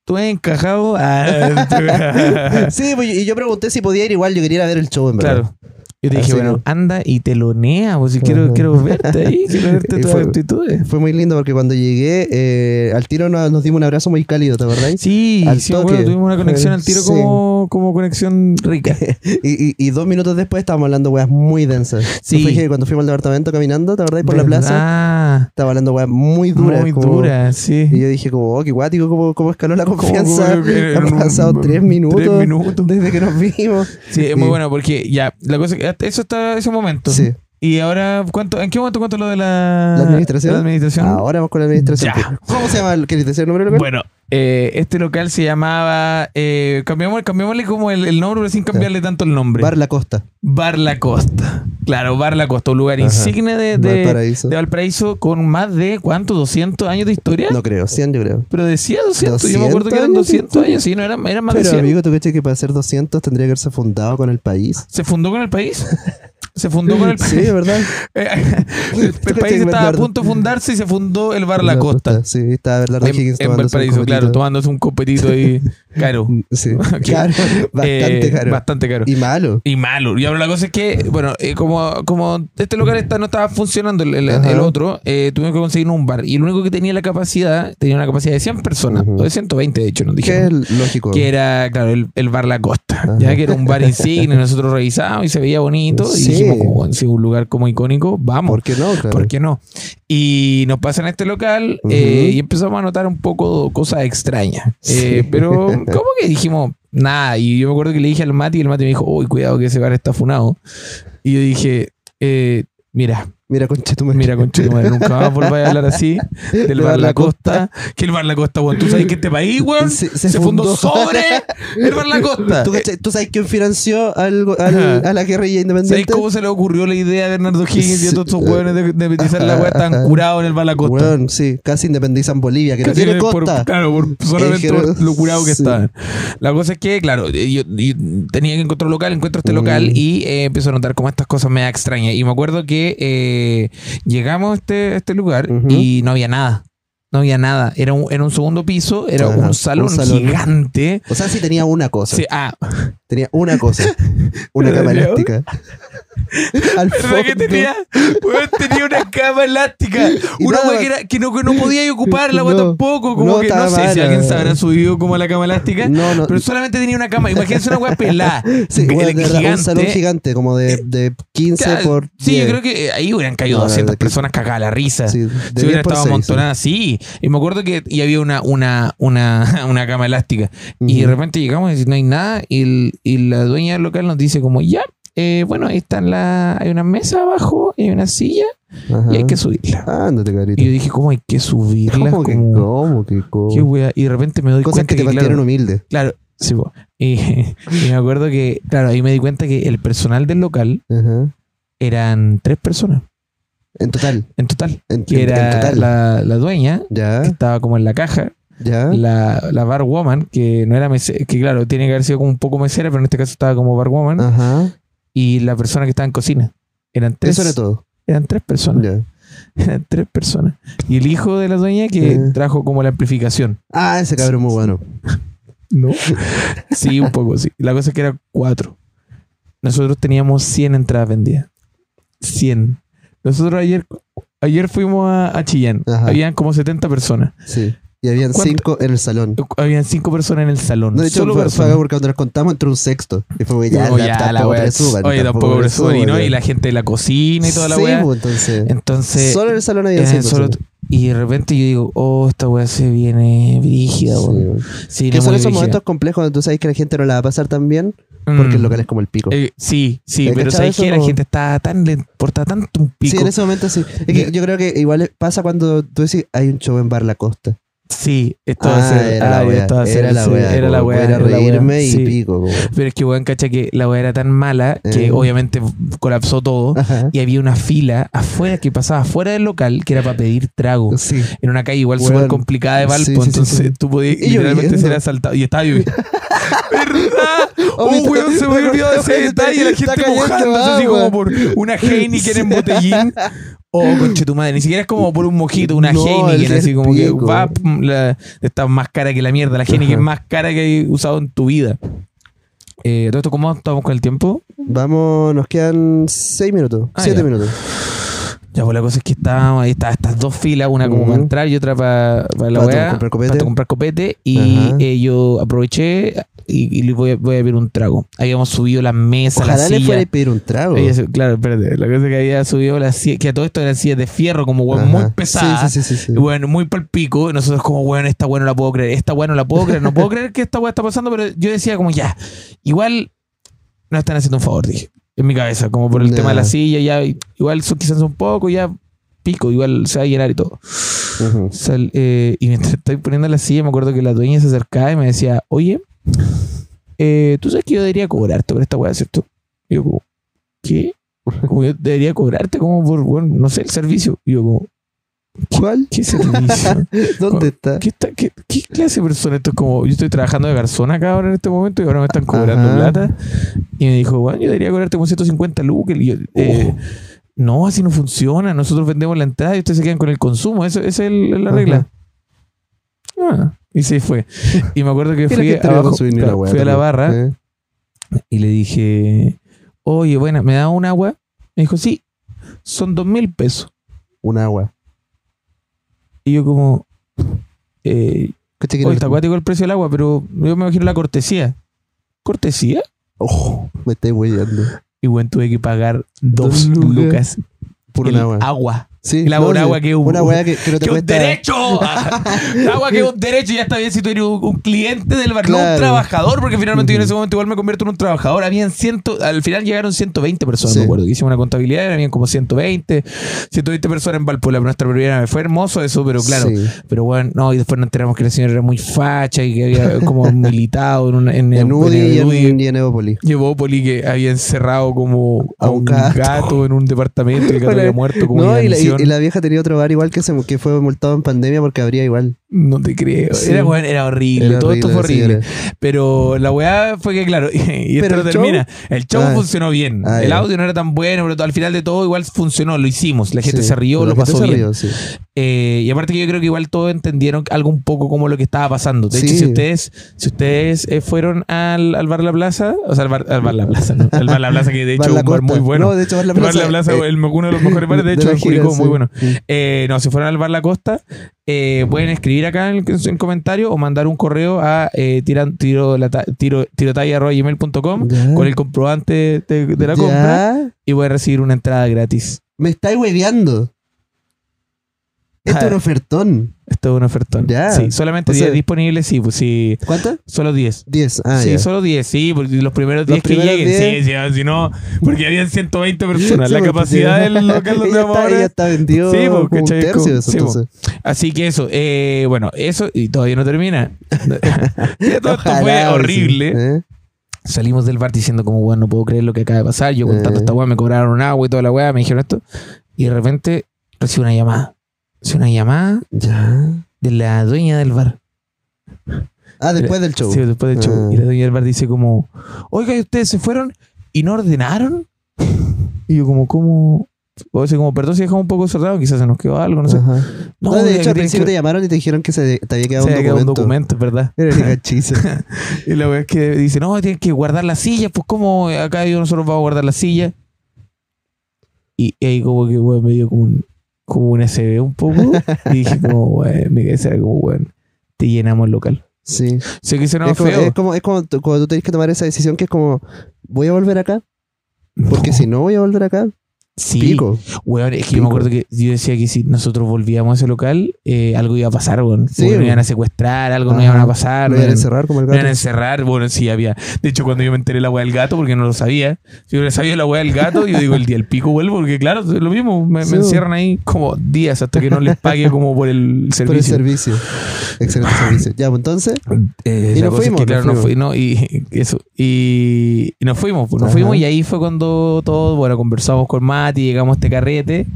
S3: tú has encajado. Ah,
S2: sí, pues, y yo pregunté si podía ir igual, yo quería ir a ver el show, en verdad.
S3: claro. Yo te dije,
S2: Así
S3: bueno, anda y telonea, pues si
S2: Ajá.
S3: quiero, quiero verte ahí, quiero verte
S2: Y
S3: tus
S2: fue-
S3: actitudes.
S2: Fue muy lindo porque cuando llegué, eh, al tiro nos, nos dimos un abrazo muy cálido, ¿te acordás?
S3: Sí,
S2: Al
S3: sí, me acuerdo,
S2: toque.
S3: tuvimos una conexión al tiro
S2: Sí.
S3: como, como conexión rica.
S2: Y, y- y dos minutos después estábamos hablando weas muy densas.
S3: Sí.
S2: Yo dije que cuando fuimos al departamento caminando, ¿te acordás? Por la plaza,
S3: Ah,
S2: estaba hablando weas muy duras.
S3: muy
S2: como-
S3: dura, sí.
S2: Y yo dije como, oh, qué guático, cómo, cómo escaló la
S3: Como-
S2: confianza.
S3: como que eh, en
S2: Han
S3: un-
S2: pasado tres minutos,
S3: Tres minutos.
S2: desde que nos vimos.
S3: Sí, es muy
S2: Sí.
S3: bueno porque ya, la cosa, eso está ese momento.
S2: Sí.
S3: Y ahora, ¿cuánto, ¿en qué momento cuánto lo de la,
S2: ¿La administración?
S3: la administración?
S2: Ahora vamos con la administración.
S3: Ya.
S2: ¿Cómo se llama? el- ¿Querés decir el nombre del lugar?
S3: Bueno, eh, este local se llamaba. Eh, cambiamos- cambiémosle como el, el nombre, pero sin cambiarle tanto el nombre.
S2: Bar La Costa.
S3: Bar La Costa. Claro, Bar La Costa, un lugar
S2: Ajá.
S3: insigne de, de-
S2: Valparaíso.
S3: de Valparaíso con más de, ¿cuánto? ¿200 años de historia?
S2: No creo, 100 yo creo.
S3: Pero decía 200, yo me acuerdo que eran
S2: 200
S3: 200 años, sí, no, eran, eran más de
S2: Pero
S3: 100.
S2: amigo, ¿tú crees que para ser 200 tendría que haberse fundado con el país?
S3: ¿Se fundó con el país? Se fundó con el país.
S2: Sí, de verdad.
S3: el país estaba a punto de fundarse y se fundó el Bar La Costa.
S2: Sí, estaba Bernardo
S3: En,
S2: Higgins
S3: en
S2: tomándose un
S3: Valparaíso, claro,
S2: copetito.
S3: tomándose un copetito ahí caro.
S2: Sí,
S3: Ok.
S2: claro, bastante
S3: Eh,
S2: caro.
S3: Bastante caro.
S2: Y malo.
S3: Y malo. Y ahora la cosa es que, bueno, eh, como, como este lugar está, no estaba funcionando el, el-
S2: Ajá.
S3: el otro, eh, tuvimos que conseguir un bar. Y el único que tenía la capacidad, tenía una capacidad de 100 personas,
S2: Ujú.
S3: o de 120 de hecho, nos
S2: Que
S3: dijeron.
S2: es lógico.
S3: Que era, claro, el, el bar La Costa,
S2: Pues, Ajá.
S3: ya que era un bar insigne, nosotros revisábamos y se veía bonito. Y
S2: Sí.
S3: dijimos, como, bueno, si es un lugar como icónico, vamos.
S2: ¿Por qué no? Claro.
S3: ¿Por qué no? Y nos pasan a este local
S2: Ujú.
S3: eh, y empezamos a notar un poco cosas extrañas. Eh,
S2: Sí.
S3: pero, ¿cómo que dijimos? Nada. Y yo me acuerdo que le dije al Mati y el Mati me dijo, uy, cuidado que ese bar está funado. Y yo dije, eh, mira,
S2: Mira, concha tu madre.
S3: mira, concha, tu madre, nunca más volváis a hablar así del bar La Costa. Que el bar La Costa, weón. ¿Tú sabes que este país, weón? Se,
S2: Se- se
S3: fundó.
S2: fundó.
S3: sobre el bar La Costa.
S2: ¿Tú, cachai- tú sabes quién financió al, go- al-
S3: Ajá.
S2: a la guerrilla
S3: ¿Sabes
S2: independiente?
S3: cómo se le ocurrió la idea a Bernardo Higgins y a todos estos
S2: Sí.
S3: hueones de, de petizar la weá tan
S2: Ajá.
S3: curados en el bar La Costa?
S2: Weón, sí, casi independizan Bolivia, que
S3: Casi
S2: no tiene
S3: por-
S2: costa.
S3: claro, por solamente
S2: Dijeron,
S3: por lo curado que
S2: sí.
S3: estaban. La cosa es que, claro, eh, yo, yo tenía que encontrar un local, encuentro este local
S2: Mm.
S3: y eh, empiezo a notar como estas cosas me extrañas. Y me acuerdo que eh, llegamos a este, a este lugar
S2: Ujú.
S3: y no había nada. No había nada. Era un, era un segundo piso, era
S2: Ajá,
S3: un,
S2: un
S3: salón
S2: salón.
S3: gigante.
S2: O sea, sí tenía una cosa.
S3: Sí, ah,
S2: Tenía una cosa. Una
S3: Pero
S2: cama
S3: creo-
S2: elástica. Al
S3: ¿verdad que
S2: fondo.
S3: tenía? Weón, tenía una cama elástica.
S2: Y
S3: Una
S2: nada.
S3: weá que, era- que no, que no podía ocuparla, weón,
S2: No,
S3: tampoco. Como
S2: no,
S3: que no sé
S2: estaba
S3: si
S2: mala.
S3: alguien se habrá subido como a la cama elástica.
S2: No, no.
S3: Pero solamente tenía una cama. Imagínense una weá pelada.
S2: sí,
S3: El
S2: bueno, de verdad,
S3: gigante.
S2: un salón gigante, como de, de 15
S3: Claro,
S2: por.
S3: sí,
S2: 10.
S3: yo creo que eh, ahí hubieran caído
S2: No, la
S3: 200
S2: verdad que-
S3: personas cagadas la risa.
S2: Sí, de
S3: si
S2: 10
S3: hubiera
S2: por
S3: estado
S2: 6,
S3: amontonada, sí. Y me acuerdo que y había una, una, una, una cama elástica. Y de
S2: Ujú.
S3: repente llegamos y no hay nada. Y, el- y la dueña del local nos dice como, ya, eh, bueno, ahí están la, hay una mesa abajo, y hay una silla
S2: Ajá.
S3: y hay que subirla.
S2: Ándate, carita.
S3: Y yo dije, ¿cómo hay que subirla?
S2: Ah, ¿Cómo que
S3: Como,
S2: cómo? que cómo?
S3: qué wea. Y de repente me doy
S2: Cosas
S3: cuenta
S2: que te
S3: que, claro,
S2: mantieron humilde.
S3: Claro, sí, po. Y, y me acuerdo que, claro, ahí me di cuenta que el personal del local
S2: Ajá.
S3: eran tres personas
S2: En total.
S3: en total.
S2: En,
S3: Que
S2: en- en
S3: era
S2: total. Ah.
S3: la, la dueña, que
S2: Ya,
S3: estaba como en la caja,
S2: ya.
S3: la, la bar woman, que no era mesera, que claro, tiene que haber sido como un poco mesera, pero en este caso estaba como bar woman,
S2: Ajá.
S3: y la persona que estaba en cocina. Eran tres,
S2: Ah. Eso era todo.
S3: eran tres personas.
S2: Ya.
S3: Eran tres personas. Y el hijo de la dueña que
S2: Eh.
S3: trajo como la amplificación.
S2: Ah, ese cabrón muy bueno.
S3: ¿No? sí, un poco, sí. La cosa es que eran cuatro. Nosotros teníamos 100 entradas vendidas. 100. Nosotros ayer, ayer fuimos a, a Chillán.
S2: Ajá.
S3: Habían como 70 personas.
S2: Sí. Y habían
S3: ¿Cuánto?
S2: cinco en el salón.
S3: Habían 5 personas en el salón.
S2: No, de hecho,
S3: Solo
S2: fue, fue
S3: personas.
S2: acá porque cuando nos contamos entró un sexto. Y fue como, ya,
S3: No,
S2: ya,
S3: ya, la
S2: tampoco
S3: wea-
S2: presuman.
S3: Oye, tampoco presuman, y, no,
S2: ya.
S3: y la gente de la cocina y toda la
S2: Sí,
S3: weá.
S2: pues, entonces.
S3: Entonces,
S2: solo en el salón había
S3: eh,
S2: cinco.
S3: solo- y de repente yo digo, oh, esta weá se viene brígida,
S2: personas.
S3: weón.
S2: Sí.
S3: Se viene
S2: Que son
S3: muy
S2: esos
S3: brígida.
S2: momentos complejos donde tú sabes que la gente no la va a pasar tan bien porque
S3: Mm.
S2: el local es como el pico.
S3: Eh, sí, sí,
S2: ¿Te
S3: pero
S2: cachai
S3: sabes
S2: eso
S3: que la
S2: como-
S3: gente está tan le importa tanto un pico.
S2: Sí, en ese momento sí. Es que yo creo que igual pasa cuando tú decís hay un show en Bar La Costa.
S3: Sí, esto va a
S2: Ah,
S3: ser.
S2: era la
S3: ay,
S2: wea.
S3: esto va a ser,
S2: Era la
S3: sí,
S2: wea.
S3: Era la
S2: como
S3: wea.
S2: Era
S3: era la wea,
S2: reírme y
S3: sí.
S2: pico. como.
S3: Pero es que, weón, cacha que la weá era tan mala que
S2: Eh.
S3: obviamente colapsó todo
S2: Ajá.
S3: y había una fila afuera que pasaba afuera del local que era para pedir trago.
S2: Sí.
S3: En una calle igual
S2: Weón.
S3: súper complicada de Valpo,
S2: Sí, sí, sí,
S3: entonces
S2: sí.
S3: tú podías
S2: Y
S3: literalmente
S2: lloviendo.
S3: ser asaltado. Y estaba lloviendo. ¿Verdad? Oh,
S2: Obvio,
S3: weón, se me había olvidado ese
S2: obvio,
S3: detalle. La
S2: está
S3: gente
S2: cayendo
S3: mojándose así
S2: agua.
S3: como por una Heineken en botellín. Oh, conche tu madre. Ni siquiera es como por un mojito, una
S2: No,
S3: Heineken.
S2: el
S3: Así como que
S2: pico.
S3: va, pum, la, está más cara que la mierda. La Heineken
S2: Ajá.
S3: más cara que he usado en tu vida. Eh, ¿Todo esto cómo estamos con el tiempo?
S2: Vamos, nos quedan seis minutos.
S3: Ah,
S2: siete
S3: ya.
S2: minutos.
S3: Ya, pues la cosa es que estábamos ahí, estaban estas dos filas, una como
S2: Ujú.
S3: para entrar y otra para, para la
S2: Para
S3: weá,
S2: comprar copete.
S3: para comprar copete. Y
S2: Ajá.
S3: eh, yo aproveché y, y le voy a, voy a pedir un trago. Habíamos subido la mesa, la
S2: Ojalá le
S3: silla.
S2: fuera a pedir un trago.
S3: Ella se- claro, espérate, la cosa es que había subido la silla, que a todo esto eran sillas de fierro, como weón, muy
S2: Ajá.
S3: pesada.
S2: Sí, sí, sí, sí, sí.
S3: Bueno, muy palpico. Y nosotros como, weón, esta weón no la puedo creer. Esta weón no la puedo creer. No puedo creer que esta weón está pasando. Pero yo decía como, ya, igual no están haciendo un favor, dije. en mi cabeza, como por el
S2: Ya.
S3: tema de la silla, ya y- igual eso quizás un poco, ya pico, igual se va a llenar y todo.
S2: Ujú.
S3: Sal- eh, y mientras estoy poniendo la silla, me acuerdo que la dueña se acercaba y me decía, oye, eh, tú sabes que yo debería cobrarte por esta weá, ¿cierto? Y yo como, ¿qué? Como yo debería cobrarte como por, bueno, no sé, el servicio. Y yo como, ¿cuál? ¿Qué servicio?
S2: ¿Dónde está?
S3: ¿Qué, está- qué- qué clase de persona? Esto es como, yo estoy trabajando de garzón acá ahora en este momento y ahora me están cobrando
S2: Ajá.
S3: plata. Y me dijo, bueno, yo debería cobrarte como 150 lucas. Y yo,
S2: Oh.
S3: eh, no, así no funciona. Nosotros vendemos la entrada y ustedes se quedan con el consumo. Eso, esa es el- la
S2: Ajá.
S3: regla. Ah, y sí fue. Y me acuerdo que
S2: Mira
S3: fui,
S2: que estaría
S3: abajo,
S2: con su dinero,
S3: claro,
S2: weá,
S3: fui a la
S2: también.
S3: barra
S2: ¿Eh?
S3: y le dije, oye, bueno, ¿me da un agua? Me dijo, sí, son dos mil pesos.
S2: Un agua.
S3: Y yo como, eh,
S2: Cacha que
S3: Oye,
S2: no-
S3: está acuático el precio del agua, pero yo me imagino la cortesía. ¿Cortesía?
S2: Ojo, me estoy huellando.
S3: Y bueno, tuve que pagar dos,
S2: Dos lucas.
S3: lucas
S2: Por
S3: el
S2: un agua. Sí,
S3: el agua, un agua que es un-
S2: Una weá que, que no te
S3: ¡Que un
S2: cuesta.
S3: derecho! agua que es un derecho, ya está bien si tú eres un, un cliente del bar, no un
S2: Claro.
S3: trabajador, porque finalmente yo en
S2: Ujú.
S3: ese momento igual me convierto en un trabajador. Habían ciento, al final llegaron 120 personas,
S2: Sí.
S3: me acuerdo. que Hicimos una contabilidad, habían como 120, 120 personas en Valpo, la nuestra primera vez. Fue hermoso eso, pero claro,
S2: Sí.
S3: Pero bueno, no, y después nos enteramos que la señora era muy facha y que había como militado en, una, en,
S2: En
S3: en
S2: UDI y en,
S3: UDI.
S2: y en Evópolis.
S3: Llevó Poli que había encerrado como a, un gato. en un departamento y el gato
S2: Bueno,
S3: había muerto como
S2: no,
S3: una
S2: y la, y-
S3: misión.
S2: y la vieja tenía otro bar igual que, se, que fue multado en pandemia porque habría igual.
S3: No te creo.
S2: Sí.
S3: Era, bueno, era horrible.
S2: Era
S3: Todo esto fue
S2: horrible, sí,
S3: horrible. Pero la weá fue que, claro, y esto
S2: Pero
S3: lo
S2: el
S3: termina. El show
S2: Ah.
S3: funcionó bien.
S2: Ah,
S3: el
S2: ya.
S3: audio no era tan bueno, pero al final de todo igual funcionó. Lo hicimos. La gente
S2: Sí,
S3: se rió,
S2: la
S3: lo
S2: gente
S3: pasó
S2: se
S3: bien.
S2: rió, sí.
S3: Eh, y aparte que yo creo que igual todos entendieron algo un poco como lo que estaba pasando. De hecho,
S2: Sí.
S3: si ustedes, si ustedes eh, fueron al, al bar La Plaza, o sea, al bar, al bar La Plaza, ¿no? Al bar La Plaza, que de hecho
S2: Bar
S3: es
S2: La
S3: un bar
S2: Costa.
S3: muy bueno.
S2: No, de hecho, Bar La
S3: Bar
S2: Plaza.
S3: La Plaza,
S2: eh,
S3: el- uno de los mejores bares, de hecho,
S2: la
S3: en
S2: gira,
S3: Curicó,
S2: sí.
S3: muy bueno.
S2: Sí.
S3: Eh, no, si fueron al bar La Costa, eh, pueden escribir acá en el en comentario o mandar un correo a eh, tiran, tiro, la ta- tiro, tirotalla.gmail.com
S2: Ya.
S3: con el comprobante de, de la
S2: Ya.
S3: compra y voy a recibir una entrada gratis.
S2: Me estáis hueveando. Esto
S3: Ah.
S2: es un ofertón.
S3: Esto es un ofertón.
S2: Ya.
S3: Sí, solamente
S2: O
S3: 10
S2: sea-
S3: disponibles, sí, pues sí,
S2: ¿Cuánto?
S3: solo 10.
S2: 10. Ah,
S3: sí,
S2: ya.
S3: solo 10, sí, porque los primeros 10 que
S2: primeros
S3: lleguen.
S2: 10.
S3: Sí, sí, si no, porque habían 120 personas.
S2: Sí,
S3: la
S2: porque
S3: capacidad
S2: sí.
S3: del local donde
S2: ella
S3: vamos
S2: está,
S3: ahora.
S2: ella está vendido
S3: Sí, pues,
S2: como un
S3: ¿cachai?
S2: tercio de eso,
S3: Sí, pues.
S2: entonces.
S3: Así que eso, eh, bueno, eso, y todavía no termina. Todo esto fue
S2: Ojalá, pues,
S3: horrible.
S2: sí, ¿eh?
S3: Salimos del bar diciendo como, bueno, no puedo creer lo que acaba de pasar. Yo contando
S2: Eh.
S3: esta weá, me cobraron un agua y toda la weá, me dijeron esto. Y de repente recibo una llamada. Recibo una llamada
S2: Ya.
S3: de la dueña del bar.
S2: Ah, después del show.
S3: Sí, después del show.
S2: Ah.
S3: Y la dueña del bar dice como, oiga, ¿y ustedes se fueron y no ordenaron? Y yo como, ¿cómo? O sea, como, perdón si dejamos un poco cerrado, quizás se nos quedó algo, no sé.
S2: Ajá.
S3: No,
S2: No, Ah. de
S3: que
S2: hecho, al
S3: tenían
S2: principio
S3: que-
S2: te llamaron y te dijeron que se te había quedado
S3: se
S2: un
S3: había quedado un
S2: documento.
S3: documento, ¿verdad?
S2: Era una cachiza.
S3: Y la verdad es que dice, no, tienen que guardar la silla, pues cómo acá yo nosotros vamos a guardar la silla. Y y ahí como que, weón, me dio como un, como un SB un poco. y dije como, weón, me quedé será como, weón, te llenamos el local.
S2: Sí.
S3: Sé que sonaba
S2: es, como, eh,
S3: feo.
S2: es como, es como tú- cuando tú tenés que tomar esa decisión que es como, voy a volver acá, porque si no voy a volver acá,
S3: Sí.
S2: pico.
S3: Weón, es que yo me
S2: Pico.
S3: acuerdo que yo decía que si nosotros volvíamos a ese local, eh, algo iba a pasar, weón.
S2: Sí,
S3: Weón,
S2: weón.
S3: nos iban a secuestrar, algo nos
S2: Ajá.
S3: iban a pasar,
S2: Lo
S3: nos
S2: iban a
S3: iban-
S2: encerrar como el
S3: nos iban
S2: gato.
S3: a encerrar, bueno, sí, había. De hecho, cuando yo me enteré la weá del gato, porque no lo sabía, si hubiera sabido la weá del gato, yo digo, el día del pico vuelvo, porque claro, es lo mismo, me, me
S2: Sí, weón.
S3: encierran ahí como días hasta que no les pague como por el servicio.
S2: Por el servicio. Excelente servicio. Ya, pues entonces,
S3: Eh,
S2: Y
S3: la
S2: nos
S3: cosa es
S2: fuimos,
S3: que, claro,
S2: nos
S3: nos fui- no, y, y eso. Y, y nos fuimos, pues, nos
S2: Ajá.
S3: fuimos y ahí fue cuando todo, bueno, conversamos con Mati, llegamos a este carrete,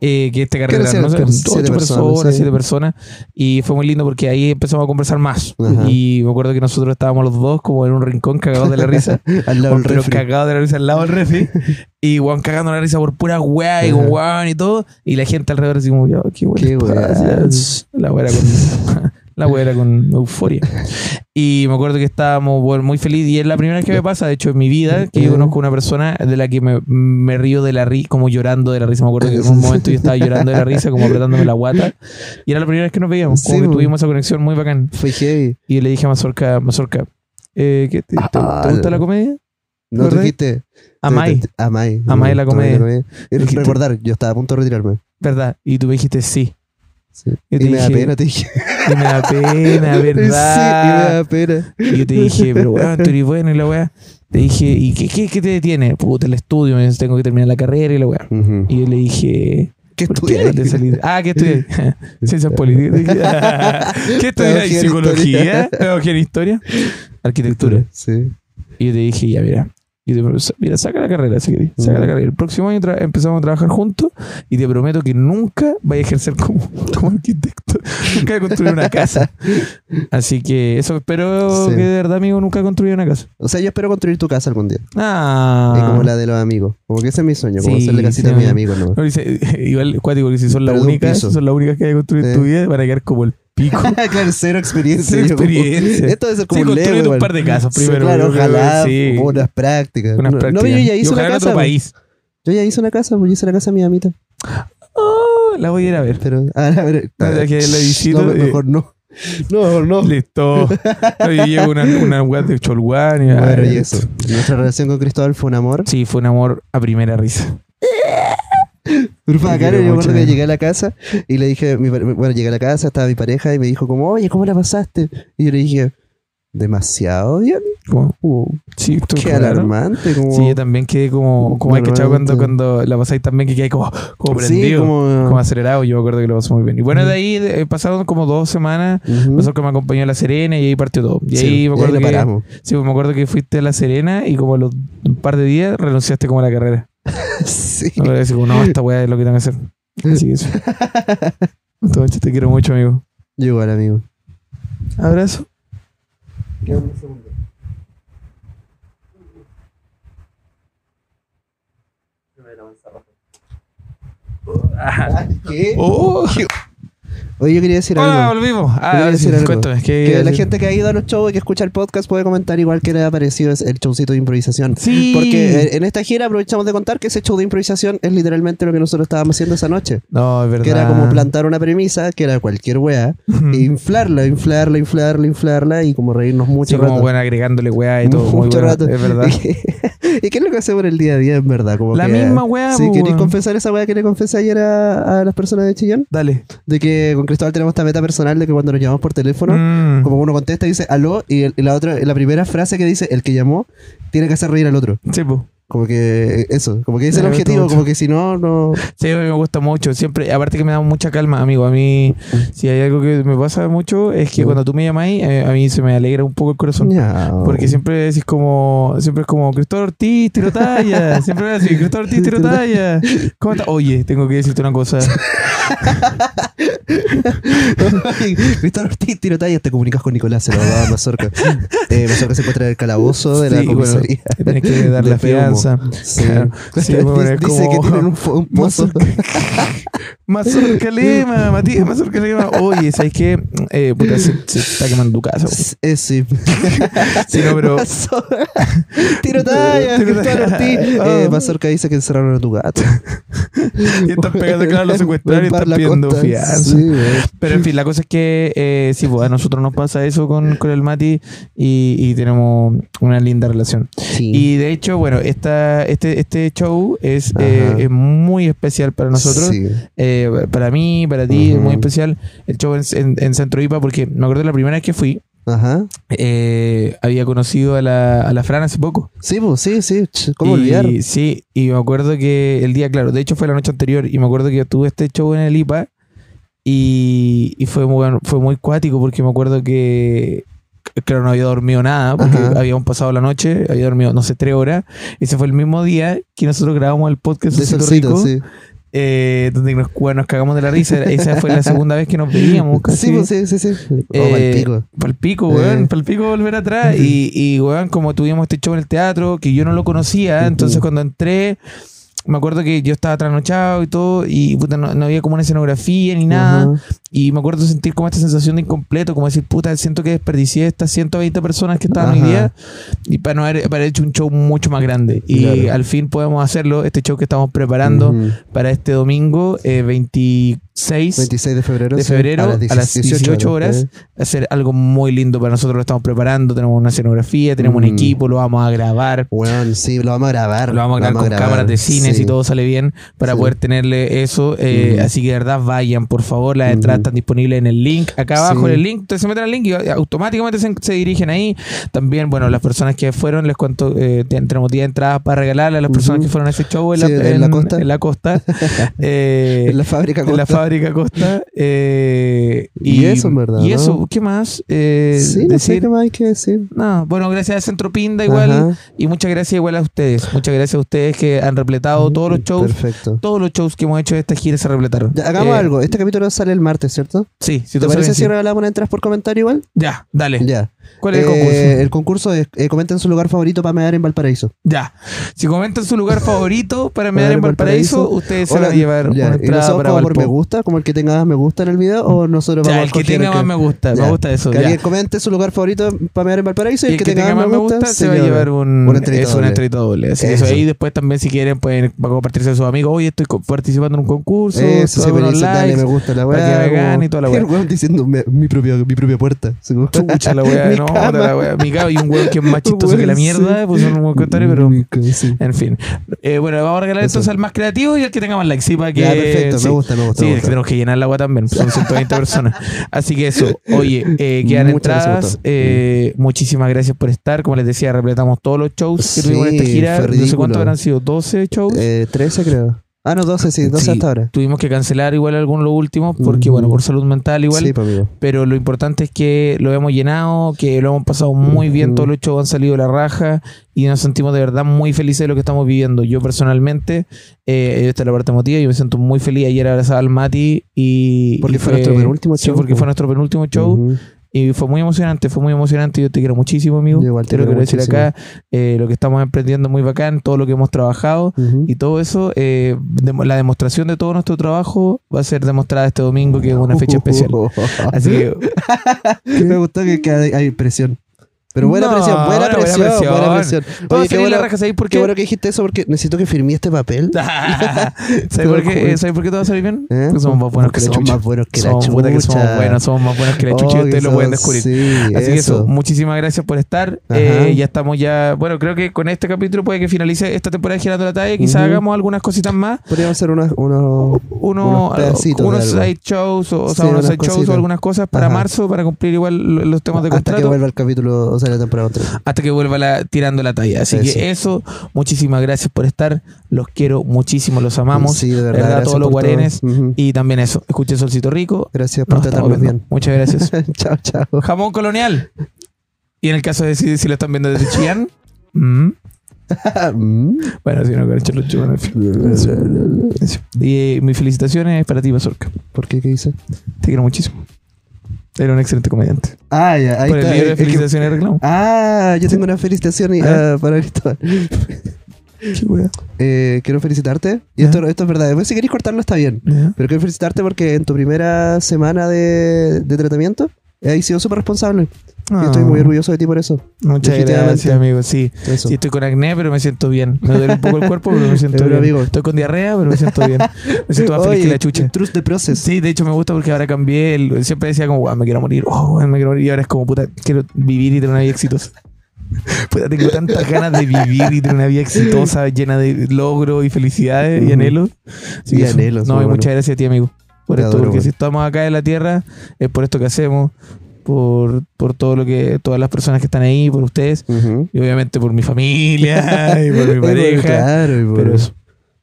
S3: eh, que este carrete
S2: eran
S3: eran, no sé,
S2: siete-
S3: eran
S2: siete
S3: ocho
S2: personas,
S3: personas,
S2: sí.
S3: siete personas, y fue muy lindo porque ahí empezamos a conversar más.
S2: Ajá.
S3: Y me acuerdo que nosotros estábamos los dos como en un rincón cagados de la risa.
S2: al lado del
S3: Juan, pero
S2: refri.
S3: cagado de la risa al lado del refi y Juan cagando la risa por pura weá y
S2: Ajá.
S3: Juan y todo y la gente alrededor así como "Ya, qué weá
S2: Qué
S3: les
S2: weá.
S3: pasa". la weá era con la weá era con euforia y me acuerdo que estábamos bueno, muy feliz y es la primera vez que me pasa de hecho en mi vida que yo
S2: Ajá.
S3: conozco una persona de la que me, me río de la risa como llorando de la risa me acuerdo que en un momento yo estaba llorando de la risa como apretándome la guata y era la primera vez que nos veíamos como
S2: Sí,
S3: que
S2: bo.
S3: tuvimos esa conexión muy bacán
S2: Fue heavy.
S3: y yo le dije a Mazorca Mazorca eh, ¿qué te- te-
S2: Ah,
S3: ¿te gusta la comedia?
S2: No
S3: ¿Verdad?
S2: te dijiste.
S3: Amai,
S2: te- te- Amai.
S3: Amai
S2: Mm,
S3: la
S2: tomé
S3: comedia.
S2: Y
S3: Dijiste-
S2: Recordar, yo estaba a punto de retirarme.
S3: ¿verdad? Y tú me dijiste sí.
S2: Sí.
S3: Yo te
S2: Y me da
S3: dije-
S2: pena, te dije.
S3: Y me da pena,
S2: Sí, y me
S3: ¿verdad?
S2: da pena.
S3: Y yo te dije, pero weón, tú eres bueno y la weá. Te dije, ¿y qué, qué, qué te detiene? Puta, el estudio, me dice, tengo que terminar la carrera y la weá.
S2: Ujú.
S3: Y yo le dije,
S2: ¿Qué
S3: ¿por qué no
S2: estudiáis?
S3: te salí? Ah, ¿qué estudié? Ciencias políticas. ¿Qué estudié?
S2: Pedagogía en
S3: ¿Psicología?
S2: historia.
S3: ¿Pedagogía en historia? Arquitectura.
S2: Sí.
S3: Y yo te dije, ya, mira. Y te prometo, mira, saca la carrera, si querés, Saca
S2: Mm.
S3: la carrera. El próximo año tra- empezamos a trabajar juntos y te prometo que nunca vaya a ejercer como, como arquitecto. nunca voy a construir una casa. Así que eso espero
S2: Sí.
S3: que de verdad, amigo, nunca construya una casa.
S2: O sea, yo espero construir tu casa algún día.
S3: Ah.
S2: Y como la de los amigos. Como que ese es mi sueño, como
S3: Sí,
S2: hacerle casita
S3: sí,
S2: a mis
S3: amigo.
S2: amigos, ¿no?
S3: No, dice- igual cuático, porque si son las
S2: Pero de un
S3: únicas,
S2: piso.
S3: son las únicas que hay que construir en tu
S2: Eh.
S3: vida, van a quedar como el pico.
S2: claro, cero experiencia.
S3: Cero
S2: yo como-
S3: experiencia.
S2: esto debe ser como
S3: Sí,
S2: un
S3: construye
S2: Lego.
S3: un
S2: igual.
S3: par de casas
S2: Sí,
S3: primero,
S2: claro,
S3: yo creo que
S2: ojalá.
S3: sí.
S2: como uunas prácticas.
S3: Unas
S2: no, no,
S3: prácticas.
S2: yo ya hice
S3: Y ojalá
S2: una
S3: en
S2: casa.
S3: otro
S2: pues.
S3: país.
S2: Yo ya hice una casa, pues yo hice la casa a mi amita.
S3: Oh, la voy a ir a ver.
S2: Pero, a ver, a ver.
S3: No, ya que la visito,
S2: no,
S3: eh.
S2: mejor no. No, mejor no.
S3: Listo. No, yo llevo una, una weá de Cholguán. Y,
S2: Bueno,
S3: ay,
S2: y eso. Nuestra relación con Cristóbal fue un amor.
S3: Ah, Sí, fue un amor a primera risa.
S2: Pero fue
S3: Te
S2: bacán,
S3: quiero
S2: yo me
S3: mucho,
S2: acuerdo que
S3: amigo.
S2: llegué a la casa y le dije, mi pare- bueno, llegué a la casa, estaba mi pareja y me dijo como, oye, ¿cómo la pasaste? Y yo le dije, demasiado bien.
S3: Como, "Uh,
S2: Como,
S3: sí, esto
S2: Qué
S3: claro.
S2: alarmante. Como,
S3: Sí, yo también quedé como, como hay que echar cuando, cuando la pasáis también que quedé como, como
S2: Sí,
S3: prendido, como...
S2: como-
S3: acelerado. Yo me acuerdo que lo pasó muy bien. Y bueno, de ahí eh, pasaron como dos semanas.
S2: Ujú.
S3: Pasó que me acompañó a La Serena y ahí partió todo. Y
S2: Sí,
S3: ahí me acuerdo
S2: la
S3: que.
S2: paramos.
S3: Sí, pues me acuerdo que fuiste a La Serena y como a los un par de días renunciaste como a la carrera.
S2: sí.
S3: No, así como, no, esta weá es lo que tengo que hacer. Así que eso. Entonces te quiero mucho, amigo.
S2: Yo igual, amigo.
S3: Abrazo.
S2: ¿Qué?
S3: Oh,
S2: Oye, yo quería decir
S3: hola,
S2: algo.
S3: volvimos.
S2: Yo
S3: Ah,
S2: quería
S3: sí,
S2: decir algo.
S3: cuéntame. ¿qué
S2: Que
S3: ibas a
S2: la
S3: decir?
S2: gente que ha ido a los shows y que escucha el podcast puede comentar igual que le ha parecido es el showcito de improvisación.
S3: Sí.
S2: Porque eh, en- en esta gira aprovechamos de contar que ese show de improvisación es literalmente lo que nosotros estábamos haciendo esa noche.
S3: No, es verdad. Mm.
S2: Que era como plantar una premisa, que era cualquier weá, e inflarla, inflarla, inflarla, inflarla y como reírnos mucho
S3: Sí, como
S2: rato.
S3: bueno, agregándole weá y todo. muy
S2: mucho
S3: bueno,
S2: rato.
S3: Es verdad.
S2: ¿Y qué es lo que hacemos en el día a día, en verdad? Como
S3: La
S2: que,
S3: misma weá,
S2: Si
S3: po,
S2: queréis
S3: weón.
S2: confesar esa weá que le confesé ayer a, a las personas de Chillón,
S3: Dale.
S2: de que con Cristóbal tenemos esta meta personal de que cuando nos llamamos por teléfono,
S3: Mm.
S2: como uno contesta y dice aló, y, el- y la otra, la primera frase que dice el que llamó, tiene que hacer reír al otro.
S3: Sí, po.
S2: Como que eh, eso, como que ese es
S3: Me
S2: el
S3: gusta
S2: objetivo,
S3: mucho.
S2: como que si no, no.
S3: Sí, a mí me gusta mucho. Siempre, aparte que me da mucha calma, amigo. A mí, si hay algo que me pasa mucho, es que
S2: Mm.
S3: cuando tú me llamáis, eh, a mí se me alegra un poco el corazón.
S2: Ñao.
S3: Porque siempre decís como, siempre es como, Cristóbal Ortiz, tiro talla. Siempre me decís, Cristóbal Ortiz, tiro talla. ¿Cómo estás? Oye, tengo que decirte una cosa.
S2: Cristóbal Ortiz, tiro tallas, te comunicas con Nicolás, se lo va a Mazorca. Eh, Mazorca se encuentra en el calabozo de la
S3: Sí, bueno,
S2: comisaría.
S3: tenés que dar
S2: de
S3: la
S2: Peumo.
S3: fianza.
S2: Sí.
S3: Claro. Sí,
S2: Dice-
S3: bueno, es
S2: dice
S3: como-
S2: que tienen un, fo- un pozo.
S3: Mazorca Lema, Matías, Mazorca Lema. Oye, ¿sabes qué? Eh, puta, se, se está quemando tu casa. po.
S2: Eh, sí.
S3: Sí, no, pero...
S2: Mazorca. Tiro tallas,
S3: Tiro
S2: Cristóbal
S3: tallas.
S2: Ortiz. Eh,
S3: Oh.
S2: Mazorca dice que encerraron a tu gato.
S3: Y están pegando, claro, los secuestraron y
S2: Bar
S3: están
S2: La
S3: pidiendo
S2: Costa.
S3: fianza.
S2: Sí, güey.
S3: Pero en fin, la cosa es que eh, sí, pues, a nosotros nos pasa eso con, con el Mati y, y tenemos una linda relación. Y de hecho, bueno, esta, este, este show es,
S2: Ajá.
S3: eh, es muy especial para nosotros.
S2: Sí.
S3: Eh, para mí, para ti, es
S2: Ujú.
S3: muy especial el show en, en- en Centro IPA porque me acuerdo la primera vez que fui,
S2: Ajá.
S3: eh, había conocido a la, a la Fran hace poco.
S2: Sí, pues, sí, sí. Ch, ¿Cómo
S3: y,
S2: olvidar?
S3: Sí, y me acuerdo que el día, claro, de hecho fue la noche anterior y me acuerdo que yo tuve este show en el IPA y, y fue, muy, bueno, fue muy cuático porque me acuerdo que, claro, no había dormido nada porque
S2: Ajá.
S3: habíamos pasado la noche, había dormido, no sé, tres horas. Ese fue el mismo día que nosotros grabamos el podcast
S2: De
S3: de
S2: solcito,
S3: Solcito Rico,
S2: sí.
S3: eh, donde nos, cua- nos cagamos de la risa. Esa fue la segunda vez que nos veíamos casi.
S2: Sí, pues, sí, sí, sí. oh,
S3: Eh,
S2: malpico.
S3: Palpico,
S2: Eh.
S3: weón. Palpico volver atrás. Y, y, weón, como tuvimos este show en el teatro, que yo no lo conocía, entonces cuando entré, me acuerdo que yo estaba trasnochado y todo, y puta, no, no había como una escenografía ni nada.
S2: Ajá.
S3: Y me acuerdo sentir como esta sensación de incompleto, como decir, puta, siento que desperdicié estas 120 personas que estaban hoy
S2: Ajá.
S3: día, y para no haber, para haber hecho un show mucho más grande. Y
S2: Claro.
S3: al fin podemos hacerlo, este show que estamos preparando
S2: Ujú.
S3: para este domingo, eh, 26
S2: 26 de febrero.
S3: de
S2: sí,
S3: febrero a las, 18, horas.
S2: ¿eh?
S3: Hacer algo muy lindo para nosotros. Lo estamos preparando. Tenemos una escenografía, tenemos
S2: Mm.
S3: un equipo, lo vamos a grabar.
S2: Weón, sí, lo vamos a grabar.
S3: Lo vamos a grabar con cámaras de cine
S2: sí.
S3: si todo sale bien para
S2: Sí.
S3: poder tenerle eso. eh,
S2: Mm.
S3: Así que de verdad vayan, por favor. Las entradas están disponibles en el link, acá
S2: Sí.
S3: abajo en el link. Entonces se meten al link y automáticamente se, se dirigen ahí. También, bueno, las personas que fueron, les cuento, eh, ten- tenemos 10 entradas para regalarle a las personas
S2: Ujú.
S3: que fueron a ese show en,
S2: Sí,
S3: la, en-
S2: costa.
S3: en la costa. Eh,
S2: en la fábrica.
S3: en la
S2: Costa.
S3: fábrica Costa. eh, y,
S2: Y eso, en verdad,
S3: Y
S2: ¿no?
S3: eso, ¿qué más? Eh,
S2: Sí, no sé
S3: decir,
S2: qué más hay que decir.
S3: no, bueno, gracias a Centro Pinda igual.
S2: Ajá.
S3: Y muchas gracias igual a ustedes. Muchas gracias a ustedes que han repletado todos los shows.
S2: Mm, Perfecto.
S3: Todos los shows que hemos hecho de esta gira se repletaron.
S2: Ya, hagamos
S3: Eh,
S2: algo. Este capítulo sale el martes, ¿cierto?
S3: Sí, si
S2: ¿Te,
S3: te,
S2: parece
S3: parece.
S2: si regalamos una entrada por comentario igual?
S3: Ya, dale.
S2: Ya.
S3: ¿Cuál es el
S2: Eh,
S3: concurso?
S2: el concurso es eh, comenten su lugar favorito para medar en Valparaíso.
S3: Ya. Si comentan su lugar favorito para medar en
S2: en Valparaíso,
S3: Valparaíso, ustedes se
S2: Hola,
S3: van a llevar
S2: ya,
S3: una
S2: ¿Y nosotros
S3: entrada para
S2: como por me
S3: Valpo.
S2: gusta, como el que tenga más me gusta en el video, o nosotros
S3: Ya,
S2: vamos a
S3: el que
S2: escoger
S3: tenga más me gusta.
S2: ya,
S3: Me gusta eso.
S2: que
S3: ya.
S2: alguien comente su lugar favorito para medar en Valparaíso y el, que, tenga, más me gusta,
S3: se va a
S2: lleva.
S3: llevar un,
S2: una entradita
S3: es una
S2: doble.
S3: entradita doble. Así que eso
S2: Eso.
S3: ahí después también si quieren pueden compartirse a sus amigos. Oye, estoy co- participando en un concurso.
S2: Eso,
S3: todos
S2: se me
S3: unos
S2: dice, dale,
S3: likes".
S2: me gusta la
S3: para
S2: weá.
S3: que vean
S2: como-
S3: y toda la
S2: El
S3: weá.
S2: weón diciendo me- mi, propia, mi propia puerta. así como-
S3: Chucha la weá,
S2: Mi
S3: no,
S2: cama.
S3: puta la weá. Mi cabo y un weón que es más chistoso que la
S2: Weón, sí.
S3: mierda. Pues son un comentario, pero.
S2: Mi ca- sí.
S3: En fin. Eh, bueno, vamos a regalar
S2: Eso.
S3: entonces al más creativo y al que tenga más likes. Sí, para que.
S2: Ya, perfecto,
S3: sí.
S2: me gusta, me gusta.
S3: Sí,
S2: me
S3: es que
S2: gusta.
S3: tenemos que llenar la agua también, pues son 120 personas. Así que eso, oye, eh, quedan
S2: Muchas gracias,
S3: entradas.
S2: Gustavo.
S3: eh, muchísimas gracias por estar. Como les decía, repletamos todos los shows
S2: Sí,
S3: que tuvimos en esta gira.
S2: fue
S3: No sé cuántos
S2: ridículo.
S3: habrán sido, 12 shows.
S2: Eh, 13 creo. Ah, no, 12, sí, 12
S3: Sí,
S2: hasta ahora.
S3: Tuvimos que cancelar igual algunos los últimos, porque
S2: Ujú.
S3: bueno, por salud mental igual.
S2: Mm. Sí, pa' amigo.
S3: Pero lo importante es que lo hemos llenado, que lo hemos pasado muy bien,
S2: Ujú.
S3: todos los shows han salido de la raja y nos sentimos de verdad muy felices de lo que estamos viviendo. Yo personalmente, eh, esta es la parte emotiva, yo me siento muy feliz. Ayer abrazaba al Mati y...
S2: Porque
S3: y
S2: fue nuestro penúltimo
S3: sí,
S2: show,
S3: porque
S2: po.
S3: fue nuestro penúltimo show
S2: Ujú.
S3: y fue muy emocionante, fue muy emocionante. Yo te quiero muchísimo, amigo.
S2: Yo igual te
S3: lo
S2: quiero
S3: quiero decir acá, eh, lo que estamos emprendiendo es muy bacán, todo lo que hemos trabajado.
S2: Ujú.
S3: Y todo eso, eh, dem- la demostración de todo nuestro trabajo va a ser demostrada este domingo, que es una fecha especial. Así que
S2: me gustó que, que hay, hay presión. Pero buena
S3: No,
S2: presión, buena
S3: ahora buena
S2: presión,
S3: presión.
S2: buena presión.
S3: Vamos
S2: Oye,
S3: a salir
S2: qué
S3: de
S2: bueno,
S3: la raja, ¿sabéis por
S2: qué
S3: qué?
S2: bueno que dijiste eso porque necesito que firmé este papel. Te
S3: ¿Sabéis
S2: lo
S3: por qué,
S2: juro.
S3: ¿sabéis por qué todo va a salir bien?
S2: ¿Eh?
S3: Porque somos Pues más buenos
S2: Porque
S3: que la
S2: somos
S3: chucha.
S2: más buenos que la
S3: somos, puta que somos
S2: chucha.
S3: buenos, somos más buenos que la chucha
S2: Oh,
S3: y ustedes
S2: que
S3: lo pueden
S2: somos-
S3: descubrir.
S2: sí,
S3: Así que eso, muchísimas gracias por estar.
S2: Ajá.
S3: Eh, ya estamos ya, bueno, creo que con este capítulo puede que finalice esta temporada de Girando la Talla. Quizás
S2: Ujú.
S3: hagamos algunas cositas más.
S2: Podríamos hacer unos, unos,
S3: Uno,
S2: unos pedacitos de
S3: unos
S2: algo.
S3: side shows, o, o sea,
S2: Sí,
S3: unos
S2: unas
S3: side shows o
S2: cositas.
S3: algunas cosas para
S2: Ajá.
S3: marzo, para cumplir igual lo- los temas de
S2: hasta que
S3: contrato.
S2: vuelva el capítulo, o sea, la temporada otra.
S3: hasta que vuelva la- tirando la talla. Así
S2: Eso.
S3: que eso, muchísimas gracias por estar. Los quiero muchísimo, los amamos.
S2: Sí, de verdad,
S3: a
S2: gracias
S3: todos los
S2: por todo.
S3: guarenes.
S2: Ujú.
S3: Y también eso, escuchen Solcito Rico.
S2: Gracias por
S3: Nos estamos
S2: tratarnos
S3: viendo.
S2: bien.
S3: Muchas gracias.
S2: chao, chao.
S3: Jamón colonial. Y en el caso de si, si lo están viendo desde Chillán. mm, bueno, si no, con el chelo chulo, en fin. Eso. Y eh, mis felicitaciones para ti, Bazorca.
S2: ¿Por qué? ¿Qué hice?
S3: Te quiero muchísimo. Eres un excelente comediante.
S2: Ah, ya, ahí
S3: por
S2: está.
S3: el libro de
S2: Es que-
S3: felicitaciones y reclamo.
S2: Ah, yo tengo una felicitación y-
S3: Ah.
S2: ah, para Cristóbal.
S3: Qué wea.
S2: Eh, quiero felicitarte. Y
S3: Ya.
S2: esto, esto es verdad. Después, si querés cortarlo, está bien.
S3: Ya.
S2: Pero quiero felicitarte porque en tu primera semana de, de tratamiento eh, has sido súper responsable. Y estoy muy orgulloso de ti por eso.
S3: Ah, Muchas
S2: Definitivamente.
S3: gracias, amigo. Sí.
S2: Eso.
S3: Ah. Sí, estoy con acné, pero me siento bien. Me duele un poco el cuerpo, pero me siento
S2: Pero,
S3: bien.
S2: amigo.
S3: Estoy con diarrea, pero me siento bien. Me siento más feliz
S2: Oye,
S3: que la chucha.
S2: Truth the process.
S3: Sí, de hecho me gusta porque ahora cambié. el- siempre decía como, "Guau, me quiero morir. Oh, guau, me quiero morir. Y ahora es como, puta, quiero vivir y tener una vida exitosa. Puta, tengo tantas ganas de vivir y tener una vida exitosa, llena de logro y felicidades y
S2: Ujú.
S3: anhelos. Así
S2: Y
S3: que eso.
S2: anhelos,
S3: No, y
S2: muy bueno.
S3: muchas gracias a ti, amigo. Por
S2: Te
S3: esto,
S2: adoro,
S3: porque
S2: bueno.
S3: si estamos acá en la tierra, es por esto que hacemos, por, por todo lo que, todas las personas que están ahí, por ustedes.
S2: Ujú.
S3: Y obviamente por mi familia y por mi
S2: Eh, bueno,
S3: pareja.
S2: claro, y bueno.
S3: Pero eso.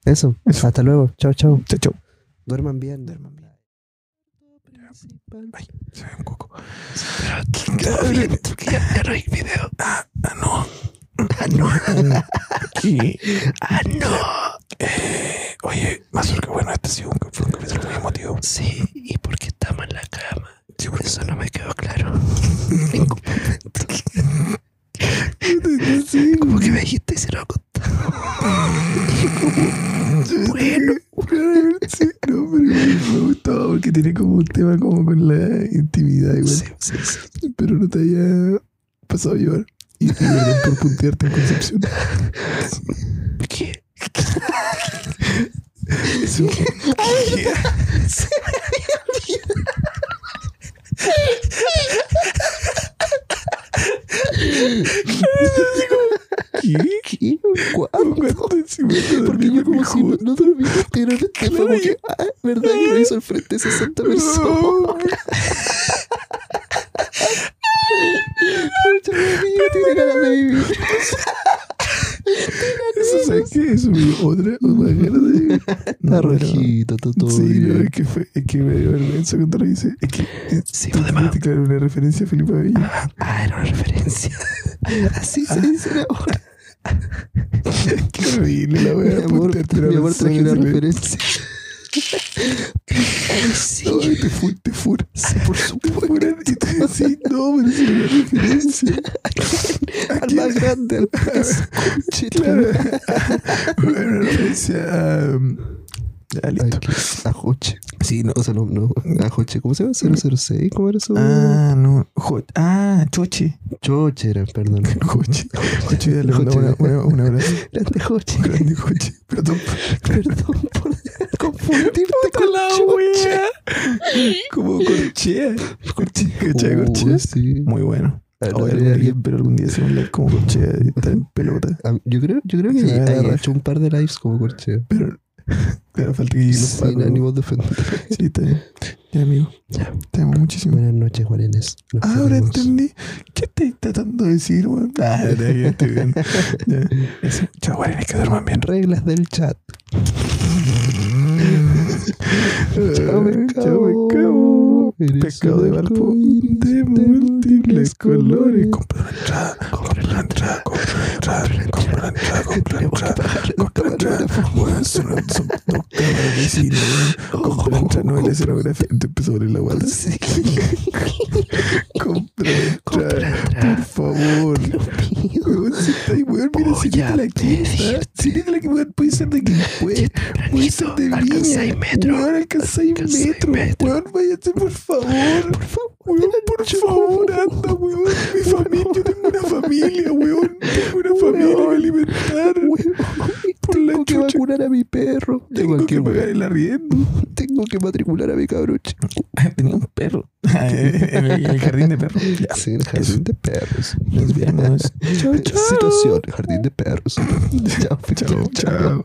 S2: eso.
S3: Eso.
S2: Hasta luego. Chao, chao.
S3: Chao, chao.
S2: Duerman bien. Duerman bien.
S3: Ay, se ve un coco. Pero ¿qué está ¿Por qué ya, ya no hay video? Ah, ah, no. Ah, no. ¿Qué? Ah, no. Eh, oye, Mazurka, bueno, este ha sido un, fue un capítulo muy emotivo.
S5: Sí, ¿y por qué estamos en la cama? Eso no me quedó claro. En ningún momento. Como que me dijiste y se lo acostaba. Bueno,
S3: Sí, no, pero me gustaba porque tiene como un tema como con la intimidad igual.
S5: sí, sí, sí.
S3: Pero no te haya pasado a llevar. Y, y perdón por puntearte en Concepción.
S5: ¿Qué?
S3: Sí. ¿Qué?
S2: ¿Qué? ¿Cuándo?
S3: ¿Cuándo? Si me voy a
S2: Porque
S3: dormir
S2: yo como si
S3: juntos.
S2: no, no dormí, pero no te
S3: Claro,
S2: como que dije, ah, ¿verdad que lo hizo al frente de 60 personas? Pucha, mi amigo, tiene ganas de vivir.
S3: Eso sabes que eso me dio otra otra gana de vivir.
S2: Está
S3: pero-
S2: rojito, está todo
S3: Sí, no,
S2: bien.
S3: es que fue, es que me dio vergüenza cuando lo hice. Es que
S2: Sí,
S3: tú
S2: pues, además.
S3: tuviste, claro, una referencia a Felipe Avilla.
S2: Ah, era una referencia. Así se dice la hora.
S3: Qué horrible la wea.
S2: Mi amor,
S3: ponte a tirar
S2: mi amor
S3: al
S2: traje
S3: suelo
S2: una
S3: y se le-
S2: referencia. Ay, sí.
S3: Ay, te furas, te furas.
S2: Sí, por
S3: Te
S2: supuesto.
S3: furas y te decís, no, pero es una referencia.
S2: Al más grande, al más
S3: Claro. Una referencia a... Ah, listo.
S2: A Joche. Sí, no, o sea, no, no. A Joche, ¿cómo se llama? 006, ¿cómo era eso?
S3: Mm. Ah, no. Jo- ah, Choche.
S2: Choche era, perdón.
S3: Joche. Joche, dale una,
S2: Joche.
S3: una, una, un abrazo.
S2: Grande Joche.
S3: Grande Joche. Perdón.
S2: Perdón por confundirte con la Choche.
S3: Como corchea. Corchea, ¿cachai? Corchea.
S2: Uy, sí.
S3: Uh, Muy bueno.
S2: Ah, no,
S3: Ahora
S2: habría-
S3: alguien, pero algún día se va a hablar como corchea y estar en pelota.
S2: Ah, Yo creo, yo creo que
S3: Se me da la
S2: he
S3: raja.
S2: hecho un par de lives como corcheo.
S3: Pero claro, falta que lleguen los
S2: Sin
S3: pacos.
S2: ánimo de ofender.
S3: Sí, está bien. Ya, amigo. Te amo muchísimo.
S2: Buenas noches, Juanenes. Nos
S3: Ahora
S2: queremos.
S3: entendí. ¿Qué estáis tratando de decir, weón? Ah, ya, ya, estoy bien. Ya. Eso. Chao, güey, que duerman bien.
S2: Reglas del chat.
S3: Chao,
S2: Chao,
S3: pescado.
S2: pescado. Eres
S3: Pescado
S2: un
S3: de Valpo
S2: arcoíris
S3: de
S2: de
S3: múltiples
S2: múltiples
S3: colores.
S2: colores.
S3: Compra la entrada, compra la entrada, compra la entrada, compra la entrada, compra la entrada, compra la entrada. Bueno, son son dos cámaras de cine, weón. Compra la entrada, no es la escenografía. Te empezó a abrir la guata. Compra la entrada, por favor. Weón, si está ahí, weón, mira, si Voy a tiene la quinta. Si tiene la quinta, puede ser de quien puede. Puede ser de Viña. alcanzáis metro. Weón, alcanzáis Alcanzáis metro. metro. Weón, váyase, por favor. Por favor. Weón, por favor, anda, weón. Mi familia, yo tengo una familia, weón. Tengo una familia que alimentar. Por la
S2: Tengo que
S3: chucha.
S2: vacunar a mi perro.
S3: Tengo que
S2: cualquier
S3: pagar el arriendo.
S2: wea. Tengo que matricular a mi cabrón.
S3: Tenía un perro. en, el, jardín de perros.
S2: Sí, el jardín de perros.
S3: Nos vemos. Chao,
S2: Situación, jardín de perros. Chao,
S3: Chao, chao.